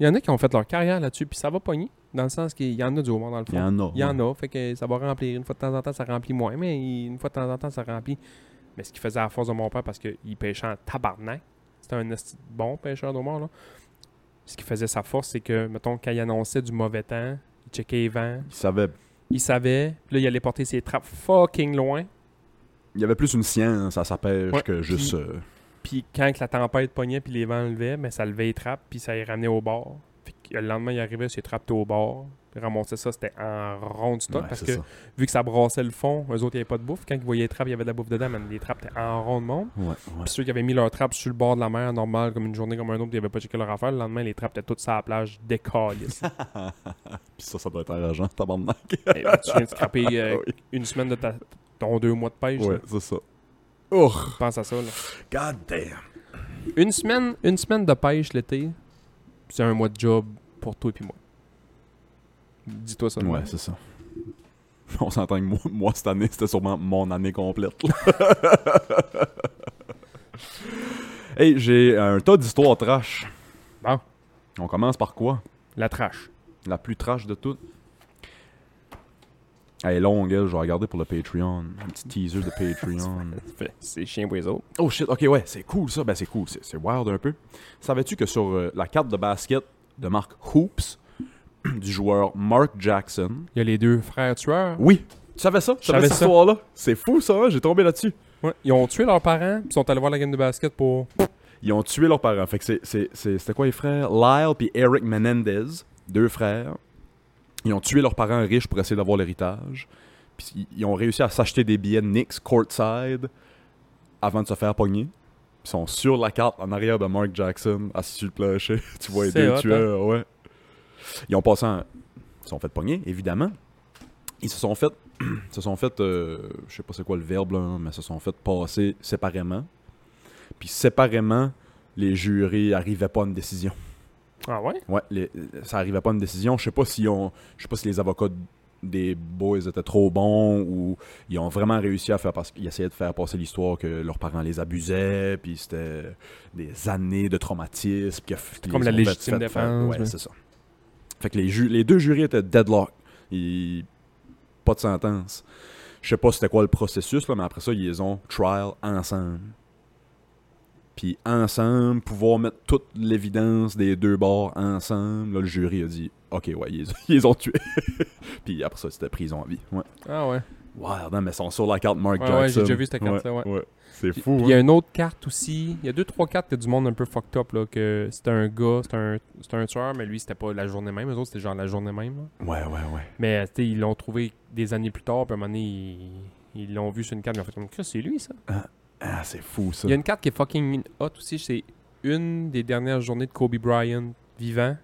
Speaker 2: Il y en a qui ont fait leur carrière là-dessus, puis ça va pogner. Dans le sens qu'il y en a du homard dans le fond.
Speaker 3: Il y en a.
Speaker 2: Il y en a, fait que ça va remplir. Une fois de temps en temps, ça remplit moins, mais une fois de temps en temps, ça remplit. Mais ce qu'il faisait à la force de mon père, parce qu'il pêchait en tabarnak, c'était un esti de bon pêcheur d'homard, là. Ce qui faisait sa force, c'est que, mettons, quand il annonçait du mauvais temps, il checkait les vents,
Speaker 3: Il savait.
Speaker 2: il savait, puis là, il allait porter ses trappes fucking loin,
Speaker 3: Il y avait plus une science à sa pêche
Speaker 2: Ouais,
Speaker 3: que juste.
Speaker 2: puis-
Speaker 3: euh,
Speaker 2: puis quand que la tempête pognait, puis les vents levaient, mais ça levait les trappes, puis ça les ramenait au bord. Fait que le lendemain, il arrivait, ses trappes étaient au bord, il remontait ça, c'était en rond du stock,
Speaker 3: ouais,
Speaker 2: parce
Speaker 3: c'est
Speaker 2: que
Speaker 3: ça.
Speaker 2: vu que ça brassait le fond, eux autres, il n'y avait pas de bouffe. Quand ils voyaient les trappes, il y avait de la bouffe dedans, mais les trappes étaient en rond de monde.
Speaker 3: Ouais, ouais.
Speaker 2: Puis ceux qui avaient mis leurs trappes sur le bord de la mer, normal, comme une journée comme un autre, puis ils n'avaient pas checké leur affaire, le lendemain, les trappes étaient toutes sur la plage, décalées.
Speaker 3: (laughs) Puis ça, ça doit être arrangeant, tabarnak.
Speaker 2: Hey, ben, tu viens de scraper euh,
Speaker 3: Ah Oui.
Speaker 2: une semaine de ta- ton deux mois de pêche.
Speaker 3: Ouais,
Speaker 2: là.
Speaker 3: c'est ça. Oh,
Speaker 2: Pense à ça. là.
Speaker 3: god damn.
Speaker 2: Une, semaine, une semaine de pêche l'été, c'est un mois de job pour toi et puis moi. Dis-toi ça.
Speaker 3: Ouais, c'est ça. (laughs) On s'entend que moi, moi, cette année, c'était sûrement mon année complète. là. (laughs) hey, j'ai un tas d'histoires trash.
Speaker 2: Bon.
Speaker 3: On commence par quoi
Speaker 2: La trash.
Speaker 3: La plus trash de toutes. Elle est longue, elle, je vais regarder pour le Patreon. Un petit teaser de Patreon.
Speaker 2: C'est chien pour les autres.
Speaker 3: oh shit, ok, ouais, c'est cool ça. Ben, c'est cool, c'est c'est wild un peu. Savais-tu que sur euh, la carte de basket de marque Hoops, (clears throat) du joueur Mark Jackson,
Speaker 2: Il y a les deux frères tueurs.
Speaker 3: oui. Tu savais ça? Tu savais
Speaker 2: savais
Speaker 3: cette
Speaker 2: ça.
Speaker 3: histoire-là? C'est fou, ça, hein? J'ai tombé là-dessus.
Speaker 2: Ouais. Ils ont tué leurs parents, puis ils sont allés voir la game de basket pour.
Speaker 3: Ils ont tué leurs parents. Fait que c'est- c'est- c'est- c'était quoi les frères? Lyle puis Eric Menendez, deux frères. Ils ont tué leurs parents riches pour essayer d'avoir l'héritage. Puis ils- ils ont réussi à s'acheter des billets Knicks courtside avant de se faire pogner. Ils sont sur la carte en arrière de Mark Jackson, assis sur le plancher. (laughs) tu vois les
Speaker 2: C'est
Speaker 3: deux
Speaker 2: hot, hein?
Speaker 3: tueurs, ouais. Ils ont passé en... Ils se sont fait pogner, évidemment. Ils se sont fait... (clears throat) se sont fait... euh, Je sais pas c'est quoi le verbe, là, mais se sont fait passer séparément. Puis séparément, les jurés n'arrivaient pas à une décision.
Speaker 2: Ah ouais?
Speaker 3: Ouais, les- ça arrivait pas à une décision. Je sais pas si on, je sais pas si les avocats des boys étaient trop bons ou ils ont vraiment réussi à faire parce qu'ils essayaient de faire passer l'histoire que leurs parents les abusaient, puis c'était des années de traumatisme. que- qu'ils
Speaker 2: comme
Speaker 3: les
Speaker 2: la
Speaker 3: ont fait-
Speaker 2: légitime
Speaker 3: fait- fait-
Speaker 2: défense,
Speaker 3: ouais,
Speaker 2: mais-
Speaker 3: c'est ça. Fait que les, ju- les deux jurys étaient deadlock. Ils- Pas de sentence. Je sais pas c'était quoi le processus, là, mais après ça, ils les ont trial ensemble. Puis ensemble, pouvoir mettre toute l'évidence des deux bords ensemble, là, le jury a dit Ok, ouais, ils, (laughs) les- ils les ont tués. Puis après ça, c'était prison à vie. Ouais.
Speaker 2: Ah ouais.
Speaker 3: Wow, non, mais ils sont sur la carte Mark
Speaker 2: Ouais,
Speaker 3: Jackson.
Speaker 2: ouais, j'ai déjà vu cette carte-là, ouais.
Speaker 3: C'est
Speaker 2: Puis
Speaker 3: fou. hein?
Speaker 2: il y a une autre carte aussi. Il y a deux, trois cartes que du monde un peu fucked up. Là, que c'était un gars, c'était un, c'était un tueur, mais lui, c'était pas la journée même. Eux autres, c'était genre la journée même. là.
Speaker 3: hein. Ouais, ouais, ouais.
Speaker 2: Mais euh, tu sais, ils l'ont trouvé des années plus tard. Puis à un moment donné, ils, ils l'ont vu sur une carte. Ils ont fait comme Christ, c'est lui ça.
Speaker 3: Ah, c'est fou ça.
Speaker 2: Il y a une carte qui est fucking hot aussi. C'est une des dernières journées de Kobe Bryant vivant.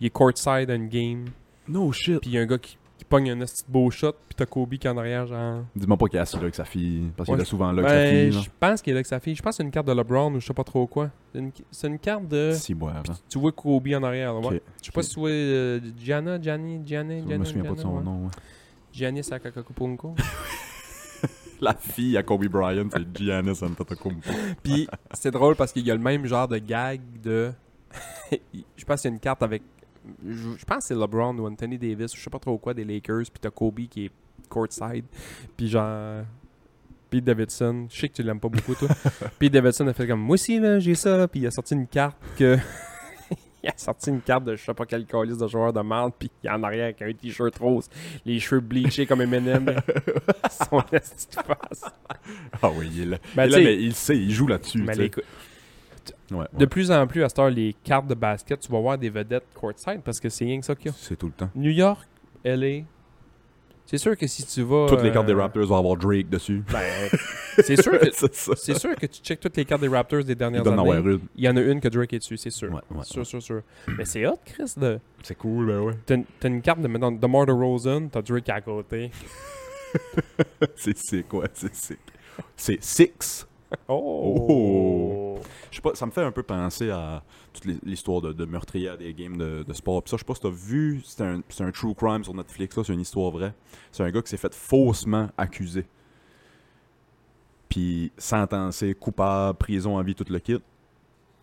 Speaker 2: Il est courtside à une game.
Speaker 3: No shit.
Speaker 2: Puis il y a un gars qui, qui pogne un petit beau shot. Puis t'as Kobe qui est en arrière, genre.
Speaker 3: Dis-moi pas qu'il est assis là avec sa fille. Parce qu'il
Speaker 2: Ouais,
Speaker 3: est souvent là
Speaker 2: Ben,
Speaker 3: avec sa
Speaker 2: je
Speaker 3: fille.
Speaker 2: pense qu'il est avec sa fille. Je pense que c'est une carte de LeBron ou je sais pas trop quoi. C'est une, c'est une carte de.
Speaker 3: là. Si, ouais, avant.
Speaker 2: Tu vois Kobe en arrière. là, ouais.
Speaker 3: Ok.
Speaker 2: Je sais pas si tu vois euh, Gianna, Gianni, Gianni,
Speaker 3: Je me souviens pas de son nom. hein. ouais.
Speaker 2: Gianni Sakakakupunko.
Speaker 3: La fille à Kobe Bryant, c'est Giannis Antetokounmpo.
Speaker 2: Puis c'est drôle parce qu'il y a le même genre de gag de. (laughs) je pense qu'il y a une carte avec. Je je pense que c'est LeBron ou Anthony Davis ou je sais pas trop quoi des Lakers. Puis t'as Kobe qui est courtside. Puis genre. Pete Davidson, je sais que tu l'aimes pas beaucoup
Speaker 3: (laughs)
Speaker 2: toi. Pete Davidson a fait comme moi aussi là, j'ai ça là. Puis il a sorti une carte que. (laughs) il a sorti une carte de je sais pas quel calice de joueur de merde. Puis il est en arrière avec un t-shirt rose, les cheveux bleachés comme
Speaker 3: (laughs)
Speaker 2: Eminem. Son esti de face.
Speaker 3: Ah oui, il est là.
Speaker 2: Ben,
Speaker 3: il, est là,
Speaker 2: tu sais-
Speaker 3: mais il sait, il joue là-dessus.
Speaker 2: Mais
Speaker 3: tu sais.
Speaker 2: les-
Speaker 3: Ouais, ouais.
Speaker 2: De plus en plus, à cette heure, les cartes de basket, tu vas voir des vedettes courtside parce que c'est rien que ça qu'il y a.
Speaker 3: C'est tout le temps.
Speaker 2: New York, LA. C'est sûr que si tu vas.
Speaker 3: Toutes les
Speaker 2: euh,
Speaker 3: cartes des Raptors vont avoir Drake dessus.
Speaker 2: ben, c'est sûr
Speaker 3: (laughs)
Speaker 2: que.
Speaker 3: c'est ça.
Speaker 2: C'est sûr que tu checkes toutes les cartes des Raptors des
Speaker 3: Il
Speaker 2: dernières
Speaker 3: doit en avoir
Speaker 2: années.
Speaker 3: une.
Speaker 2: Il y en a une que Drake est dessus, c'est sûr.
Speaker 3: Ouais, ouais,
Speaker 2: sûr,
Speaker 3: ouais.
Speaker 2: sûr, sûr. Mais c'est hot, Chris. De...
Speaker 3: C'est cool,
Speaker 2: (laughs)
Speaker 3: ben ouais.
Speaker 2: T'as une- t'as une carte de, mettons, de Marder Rosen, t'as Drake à côté.
Speaker 3: C'est sick, ouais, c'est sick. C'est Six.
Speaker 2: Oh!
Speaker 3: Je sais pas, ça me fait un peu penser à toute les- l'histoire de, de meurtrier à des games de, de sport. Puis ça, je sais pas si t'as vu, c'est un, c'est un true crime sur Netflix, ça, c'est une histoire vraie. C'est un gars qui s'est fait faussement accusé. Puis sentencé, coupable, prison à vie, tout le kit.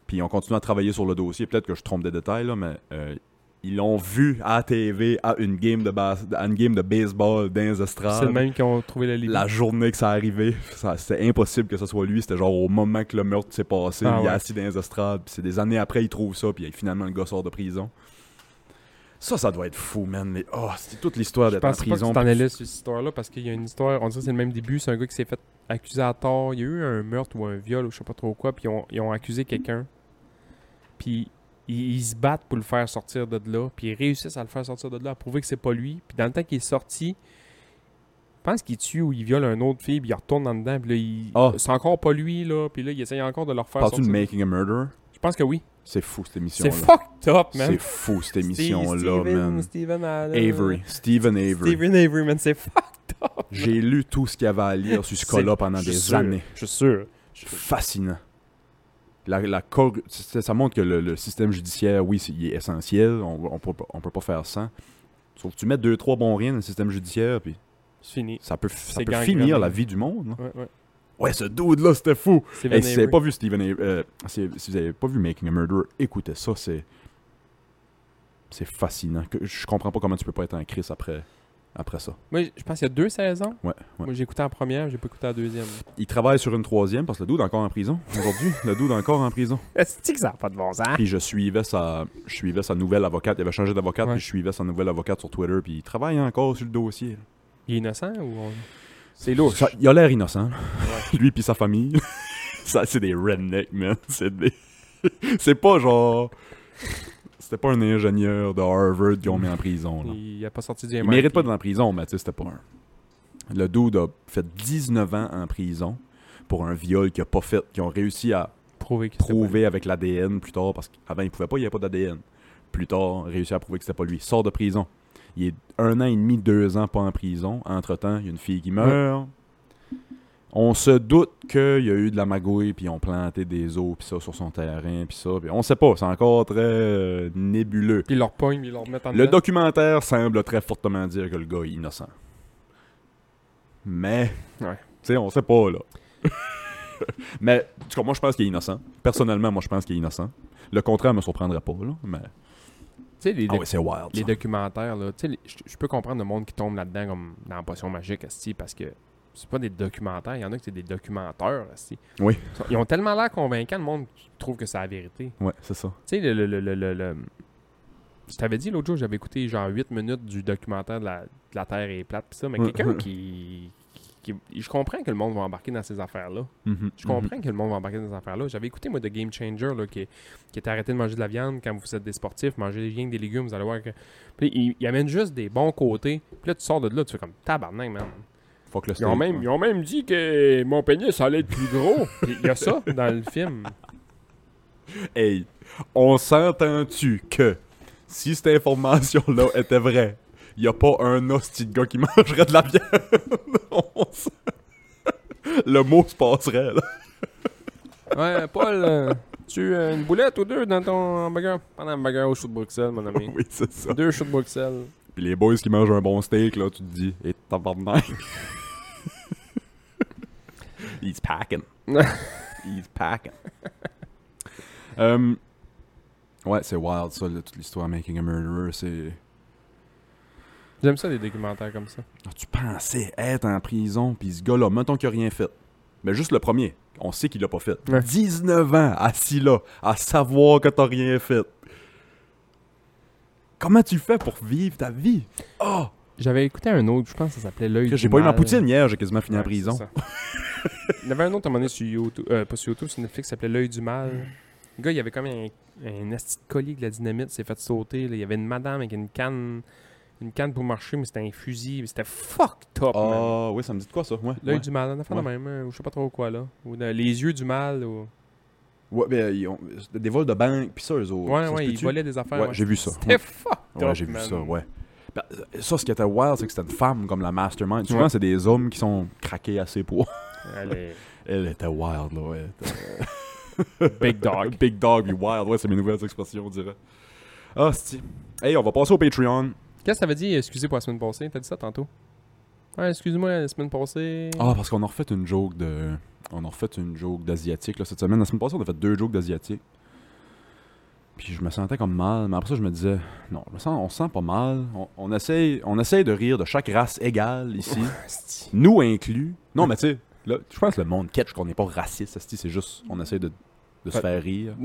Speaker 3: Puis on continue à travailler sur le dossier. Peut-être que je trompe des détails, là, mais euh, ils l'ont vu à la TV à une game de, bas- à une game de baseball dans les estrades.
Speaker 2: C'est le même qui ont trouvé la ligne.
Speaker 3: Ah. La journée que ça arrivait, ça- c'était impossible que ce soit lui. C'était genre au moment que le meurtre s'est passé,
Speaker 2: Ah
Speaker 3: il est
Speaker 2: ouais.
Speaker 3: assis dans les estrades. Puis c'est des années après, il trouve ça, puis finalement, le gars sort de prison. Ça, ça doit être fou, man. Mais oh, c'est toute l'histoire
Speaker 2: Je
Speaker 3: d'être en
Speaker 2: pense pas que
Speaker 3: prison.
Speaker 2: tu t'en allais sur cette histoire-là parce qu'il y a une histoire, on dirait que c'est le même début, c'est un gars qui s'est fait accuser à tort, il y a eu un meurtre ou un viol ou je sais pas trop quoi, puis ils ont, ils ont accusé quelqu'un. Puis ils, ils se battent pour le faire sortir de là, puis ils réussissent à le faire sortir de là, à prouver que c'est pas lui. Puis dans le temps qu'il est sorti, je pense qu'il tue ou il viole un autre fille, puis il retourne dans dedans, puis là, il-
Speaker 3: Ah.
Speaker 2: c'est encore pas lui, là, puis là, il essaye encore de le refaire
Speaker 3: Parles-tu
Speaker 2: sortir.
Speaker 3: de Making a Murderer?
Speaker 2: Je pense que oui.
Speaker 3: C'est fou, cette
Speaker 2: C'est
Speaker 3: émission-là.
Speaker 2: fucked up, man.
Speaker 3: C'est fou, cette
Speaker 2: Steve-
Speaker 3: émission-là,
Speaker 2: Steven-
Speaker 3: man.
Speaker 2: Steven Allen.
Speaker 3: Avery. Steven Avery.
Speaker 2: Steven Avery, man, c'est (laughs) fucked up.
Speaker 3: J'ai lu tout ce qu'il y avait à lire sur ce cas-là pendant
Speaker 2: Je suis
Speaker 3: des
Speaker 2: sûr,
Speaker 3: années.
Speaker 2: Je suis sûr.
Speaker 3: Fascinant. La, la corru- ça ça montre que le, le système judiciaire, oui, c'est- il est essentiel. On, on peut, pas- on peut pas faire sans. Sauf que tu mets deux, trois bons rien dans le système judiciaire, puis
Speaker 2: C'est fini.
Speaker 3: ça peut, ça
Speaker 2: C'est
Speaker 3: peut
Speaker 2: gangréné.
Speaker 3: finir la vie du monde. là.
Speaker 2: Ouais, ouais.
Speaker 3: Ouais, ce dude-là, c'était fou.
Speaker 2: Steven
Speaker 3: Hey, si vous avez
Speaker 2: Avery.
Speaker 3: pas vu Steven Avery- euh, si, si vous avez pas vu Making a Murderer, écoutez ça, c'est c'est fascinant. Que- je comprends pas comment tu peux pas être en crise après après ça.
Speaker 2: Moi, je pense qu'il y a deux saisons.
Speaker 3: Ouais, ouais.
Speaker 2: Moi, j'ai écouté la première, j'ai pas écouté la deuxième.
Speaker 3: Il travaille sur une troisième parce que le dude est encore en prison aujourd'hui. le dude est encore en prison.
Speaker 2: Est-ce que ça n'a pas de bon sens?
Speaker 3: Puis je suivais sa je suivais sa nouvelle avocate. Il avait changé d'avocate
Speaker 2: Ouais.
Speaker 3: puis je suivais sa nouvelle avocate sur Twitter. Puis il travaille encore sur le dossier.
Speaker 2: Il est innocent ou on... C'est lourd.
Speaker 3: Ça- il a l'air innocent. là. (laughs) Lui puis sa famille. ça c'est des rednecks man. (laughs) C'est des- c'est pas genre c'était pas un ingénieur de Harvard qui ont mis en prison. Là.
Speaker 2: Il a pas sorti du
Speaker 3: Oh Il
Speaker 2: MIT.
Speaker 3: mérite pas d'être en prison, mais tu sais, c'était pas un. Le dude a fait 19 ans en prison pour un viol qu'il a pas fait, qu'ils ont réussi à
Speaker 2: prouver que c'était
Speaker 3: prouver avec l'ADN plus tard, parce qu'avant, il pouvait pas, il n'y avait pas d'ADN. Plus tard, réussi à prouver que c'était pas lui. Il sort de prison. Il est un an et demi, deux ans pas en prison. Entre-temps, il y a une fille qui meurt. On se doute qu'il y a eu de la magouille, puis ils ont planté des os, puis ça, sur son terrain, puis ça. Puis on sait pas, c'est encore très euh, nébuleux.
Speaker 2: pas- Puis ils leur pognent, ils leur mettent en
Speaker 3: Le
Speaker 2: dedans.
Speaker 3: documentaire semble très fortement dire que le gars est innocent. Mais,
Speaker 2: Ouais.
Speaker 3: tu sais, on sait pas, là. (laughs) mais, en tout cas, moi, je pense qu'il est innocent. Personnellement, moi, je pense qu'il est innocent. Le contraire me surprendrait pas, là. Mais,
Speaker 2: Tu sais, les,
Speaker 3: Ah ouais, c'est wild.
Speaker 2: les
Speaker 3: ça.
Speaker 2: documentaires, là, tu sais, les- je je peux comprendre le monde qui tombe là-dedans comme dans la potion magique, esti, parce que c'est pas des documentaires. Il y en a que c'est des documenteurs, esti.
Speaker 3: Oui.
Speaker 2: Ils ont tellement l'air convaincants, le monde qui trouve que c'est la vérité.
Speaker 3: Ouais, c'est ça.
Speaker 2: Tu sais, le, le, le, le, le- le- Je t'avais dit l'autre jour, j'avais écouté genre 8 minutes du documentaire de la, de la Terre est plate, pis ça, mais
Speaker 3: Ouais. (laughs)
Speaker 2: quelqu'un qui, qui- qui- Je comprends que le monde va embarquer dans ces affaires-là.
Speaker 3: Mhm,
Speaker 2: Je comprends que le monde va embarquer dans ces affaires-là. J'avais écouté, moi, de Game Changer, là, qui, qui était arrêté de manger de la viande quand vous êtes des sportifs, mangez rien que des légumes, vous allez voir que. Puis il, il amène juste des bons côtés, puis là, tu sors de là, tu fais comme tabarnak, man.
Speaker 3: mhm. Fuck le
Speaker 2: Ils ont,
Speaker 3: steak,
Speaker 2: même,
Speaker 3: ouais.
Speaker 2: ils ont même dit que mon pénis allait être plus gros. (laughs) Puis Il y a ça dans le film.
Speaker 3: Hey, on s'entend-tu que si cette information-là (laughs) était vraie, il a pas un hostie de gars qui (laughs) mangerait de la viande? (laughs) On s- le mot se passerait, là.
Speaker 2: Ouais, Paul, euh, tu as une boulette ou deux dans ton hamburger? Pendant un hamburger au shoot de Bruxelles, mon ami.
Speaker 3: Oui, c'est ça.
Speaker 2: Deux shoots de Bruxelles.
Speaker 3: Puis les boys qui mangent un bon steak, là, tu te dis, et
Speaker 2: (laughs)
Speaker 3: tabarnak. He's packing. (laughs) He's packing. Um, ouais, c'est wild, ça, là, toute l'histoire Making a Murderer. C'est.
Speaker 2: J'aime ça, les documentaires comme ça.
Speaker 3: Ah, tu pensais être en prison, puis ce gars-là, mettons qu'il a rien fait. Mais juste le premier, on sait qu'il l'a pas fait.
Speaker 2: Ouais.
Speaker 3: 19 ans, assis là, à savoir que t'as rien fait. Comment tu fais pour vivre ta vie? Oh!
Speaker 2: J'avais écouté un autre, je pense que ça s'appelait L'œil.
Speaker 3: J'ai
Speaker 2: du
Speaker 3: pas eu ma
Speaker 2: mal.
Speaker 3: poutine hier, j'ai quasiment fini en
Speaker 2: Ouais,
Speaker 3: prison.
Speaker 2: c'est ça. Il y en avait un autre à un moment donné sur YouTube, euh, pas sur YouTube, sur Netflix, ça s'appelait L'œil du mal. Le gars, il y avait comme un, un asti de collier de la dynamite, s'est fait sauter. là. Il y avait une madame avec une canne, une canne pour marcher, mais c'était un fusil. mais C'était fucked up, man.
Speaker 3: Ah oui, ça me dit de quoi ça? Ouais.
Speaker 2: L'œil
Speaker 3: ouais.
Speaker 2: du mal, on a fait
Speaker 3: Ouais.
Speaker 2: même, euh, ou je sais pas trop quoi, là. Ou dans les yeux du mal, ou...
Speaker 3: Ouais, ben, ils ont- c'était des vols de banque, puis ça, eux autres.
Speaker 2: Ouais,
Speaker 3: ça se
Speaker 2: ouais, il
Speaker 3: peut-tu?
Speaker 2: volait des affaires.
Speaker 3: Ouais, j'ai vu ça.
Speaker 2: C'était
Speaker 3: Ouais,
Speaker 2: fucked
Speaker 3: Ouais,
Speaker 2: up,
Speaker 3: j'ai vu
Speaker 2: man.
Speaker 3: ça, ouais. Ben, ça, ce qui était wild, c'est que c'était une femme comme la mastermind. Souvent,
Speaker 2: Ouais.
Speaker 3: c'est des hommes qui sont craqués assez pour.
Speaker 2: Elle est
Speaker 3: (laughs) Elle était wild, là, ouais.
Speaker 2: (laughs) Big dog.
Speaker 3: Big dog, puis wild, ouais, c'est mes nouvelles expressions, on dirait. Ah, c'est. Hey, on va passer au Patreon.
Speaker 2: Qu'est-ce que ça veut dire, excusez pour la semaine passée? T'as dit ça tantôt? Ouais, excuse-moi, la semaine passée...
Speaker 3: Ah, parce qu'on a refait une joke de. On a refait une joke d'asiatique, là, cette semaine. La semaine passée, on a fait deux jokes d'asiatique. Puis je me sentais comme mal, mais après ça, je me disais, non, je me sens- on se sent pas mal. On, on essaye, on essaye de rire de chaque race égale ici,
Speaker 2: (laughs) Asti.
Speaker 3: nous inclus. Non, mais tu sais, là, je pense que le monde catch qu'on n'est pas raciste, asti, c'est juste, on essaye de, de se
Speaker 2: Ouais.
Speaker 3: faire (laughs) rire.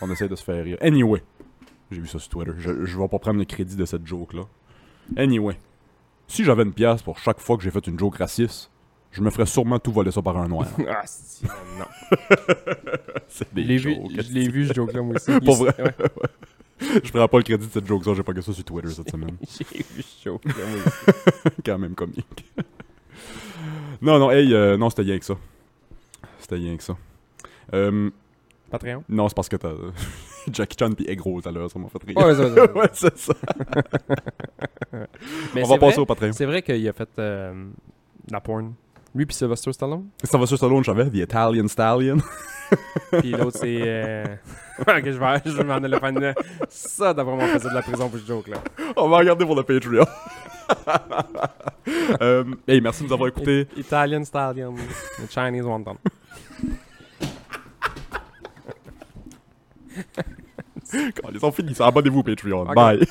Speaker 3: on essaye de se faire rire. Anyway, j'ai vu ça sur Twitter, je, je vais pas prendre le crédit de cette joke-là. Anyway, si j'avais une pièce pour chaque fois que j'ai fait une joke raciste, je me ferais sûrement tout voler ça par un noir.
Speaker 2: Ah, Asti, man, non.
Speaker 3: (laughs) c'est
Speaker 2: Je
Speaker 3: des
Speaker 2: l'ai vu,
Speaker 3: jokes,
Speaker 2: je
Speaker 3: (laughs)
Speaker 2: l'ai vu, ce joke-là, moi aussi.
Speaker 3: Pour vrai.
Speaker 2: Ouais, (laughs)
Speaker 3: Je prends pas le crédit de cette joke, ça, j'ai pas que ça sur Twitter cette (laughs) semaine.
Speaker 2: j'ai vu ce
Speaker 3: Ben
Speaker 2: joke-là, moi aussi.
Speaker 3: (laughs) Quand même comique. non, non, hey, euh, non, c'était rien que ça. C'était rien que ça. Euh,
Speaker 2: Patreon?
Speaker 3: non, c'est parce que t'as. (laughs) Jackie Chan pis Egg tout à l'heure, ça m'a fait rire.
Speaker 2: Ouais, ça, ça.
Speaker 3: (laughs) Ouais, c'est ça.
Speaker 2: (laughs) Mais
Speaker 3: On va
Speaker 2: c'est vrai-
Speaker 3: passer au Patreon.
Speaker 2: C'est vrai qu'il a fait euh, de la porn. Lui puis Sylvester Stallone.
Speaker 3: Ça va sur Stallone, je savais, The Italian Stallion. (laughs)
Speaker 2: Puis l'autre, c'est... euh, (laughs) ok, je vais, je vais m'en aller faire une- Ça, d'après moi, on faisait de la prison pour ce joke-là.
Speaker 3: On va regarder pour le Patreon. (laughs) Euh, hey, merci de nous
Speaker 2: (laughs)
Speaker 3: avoir écoutés.
Speaker 2: Italian Stallion. The Chinese Wonton.
Speaker 3: Ils sont finis, abonnez-vous au Patreon.
Speaker 2: Ok.
Speaker 3: Bye.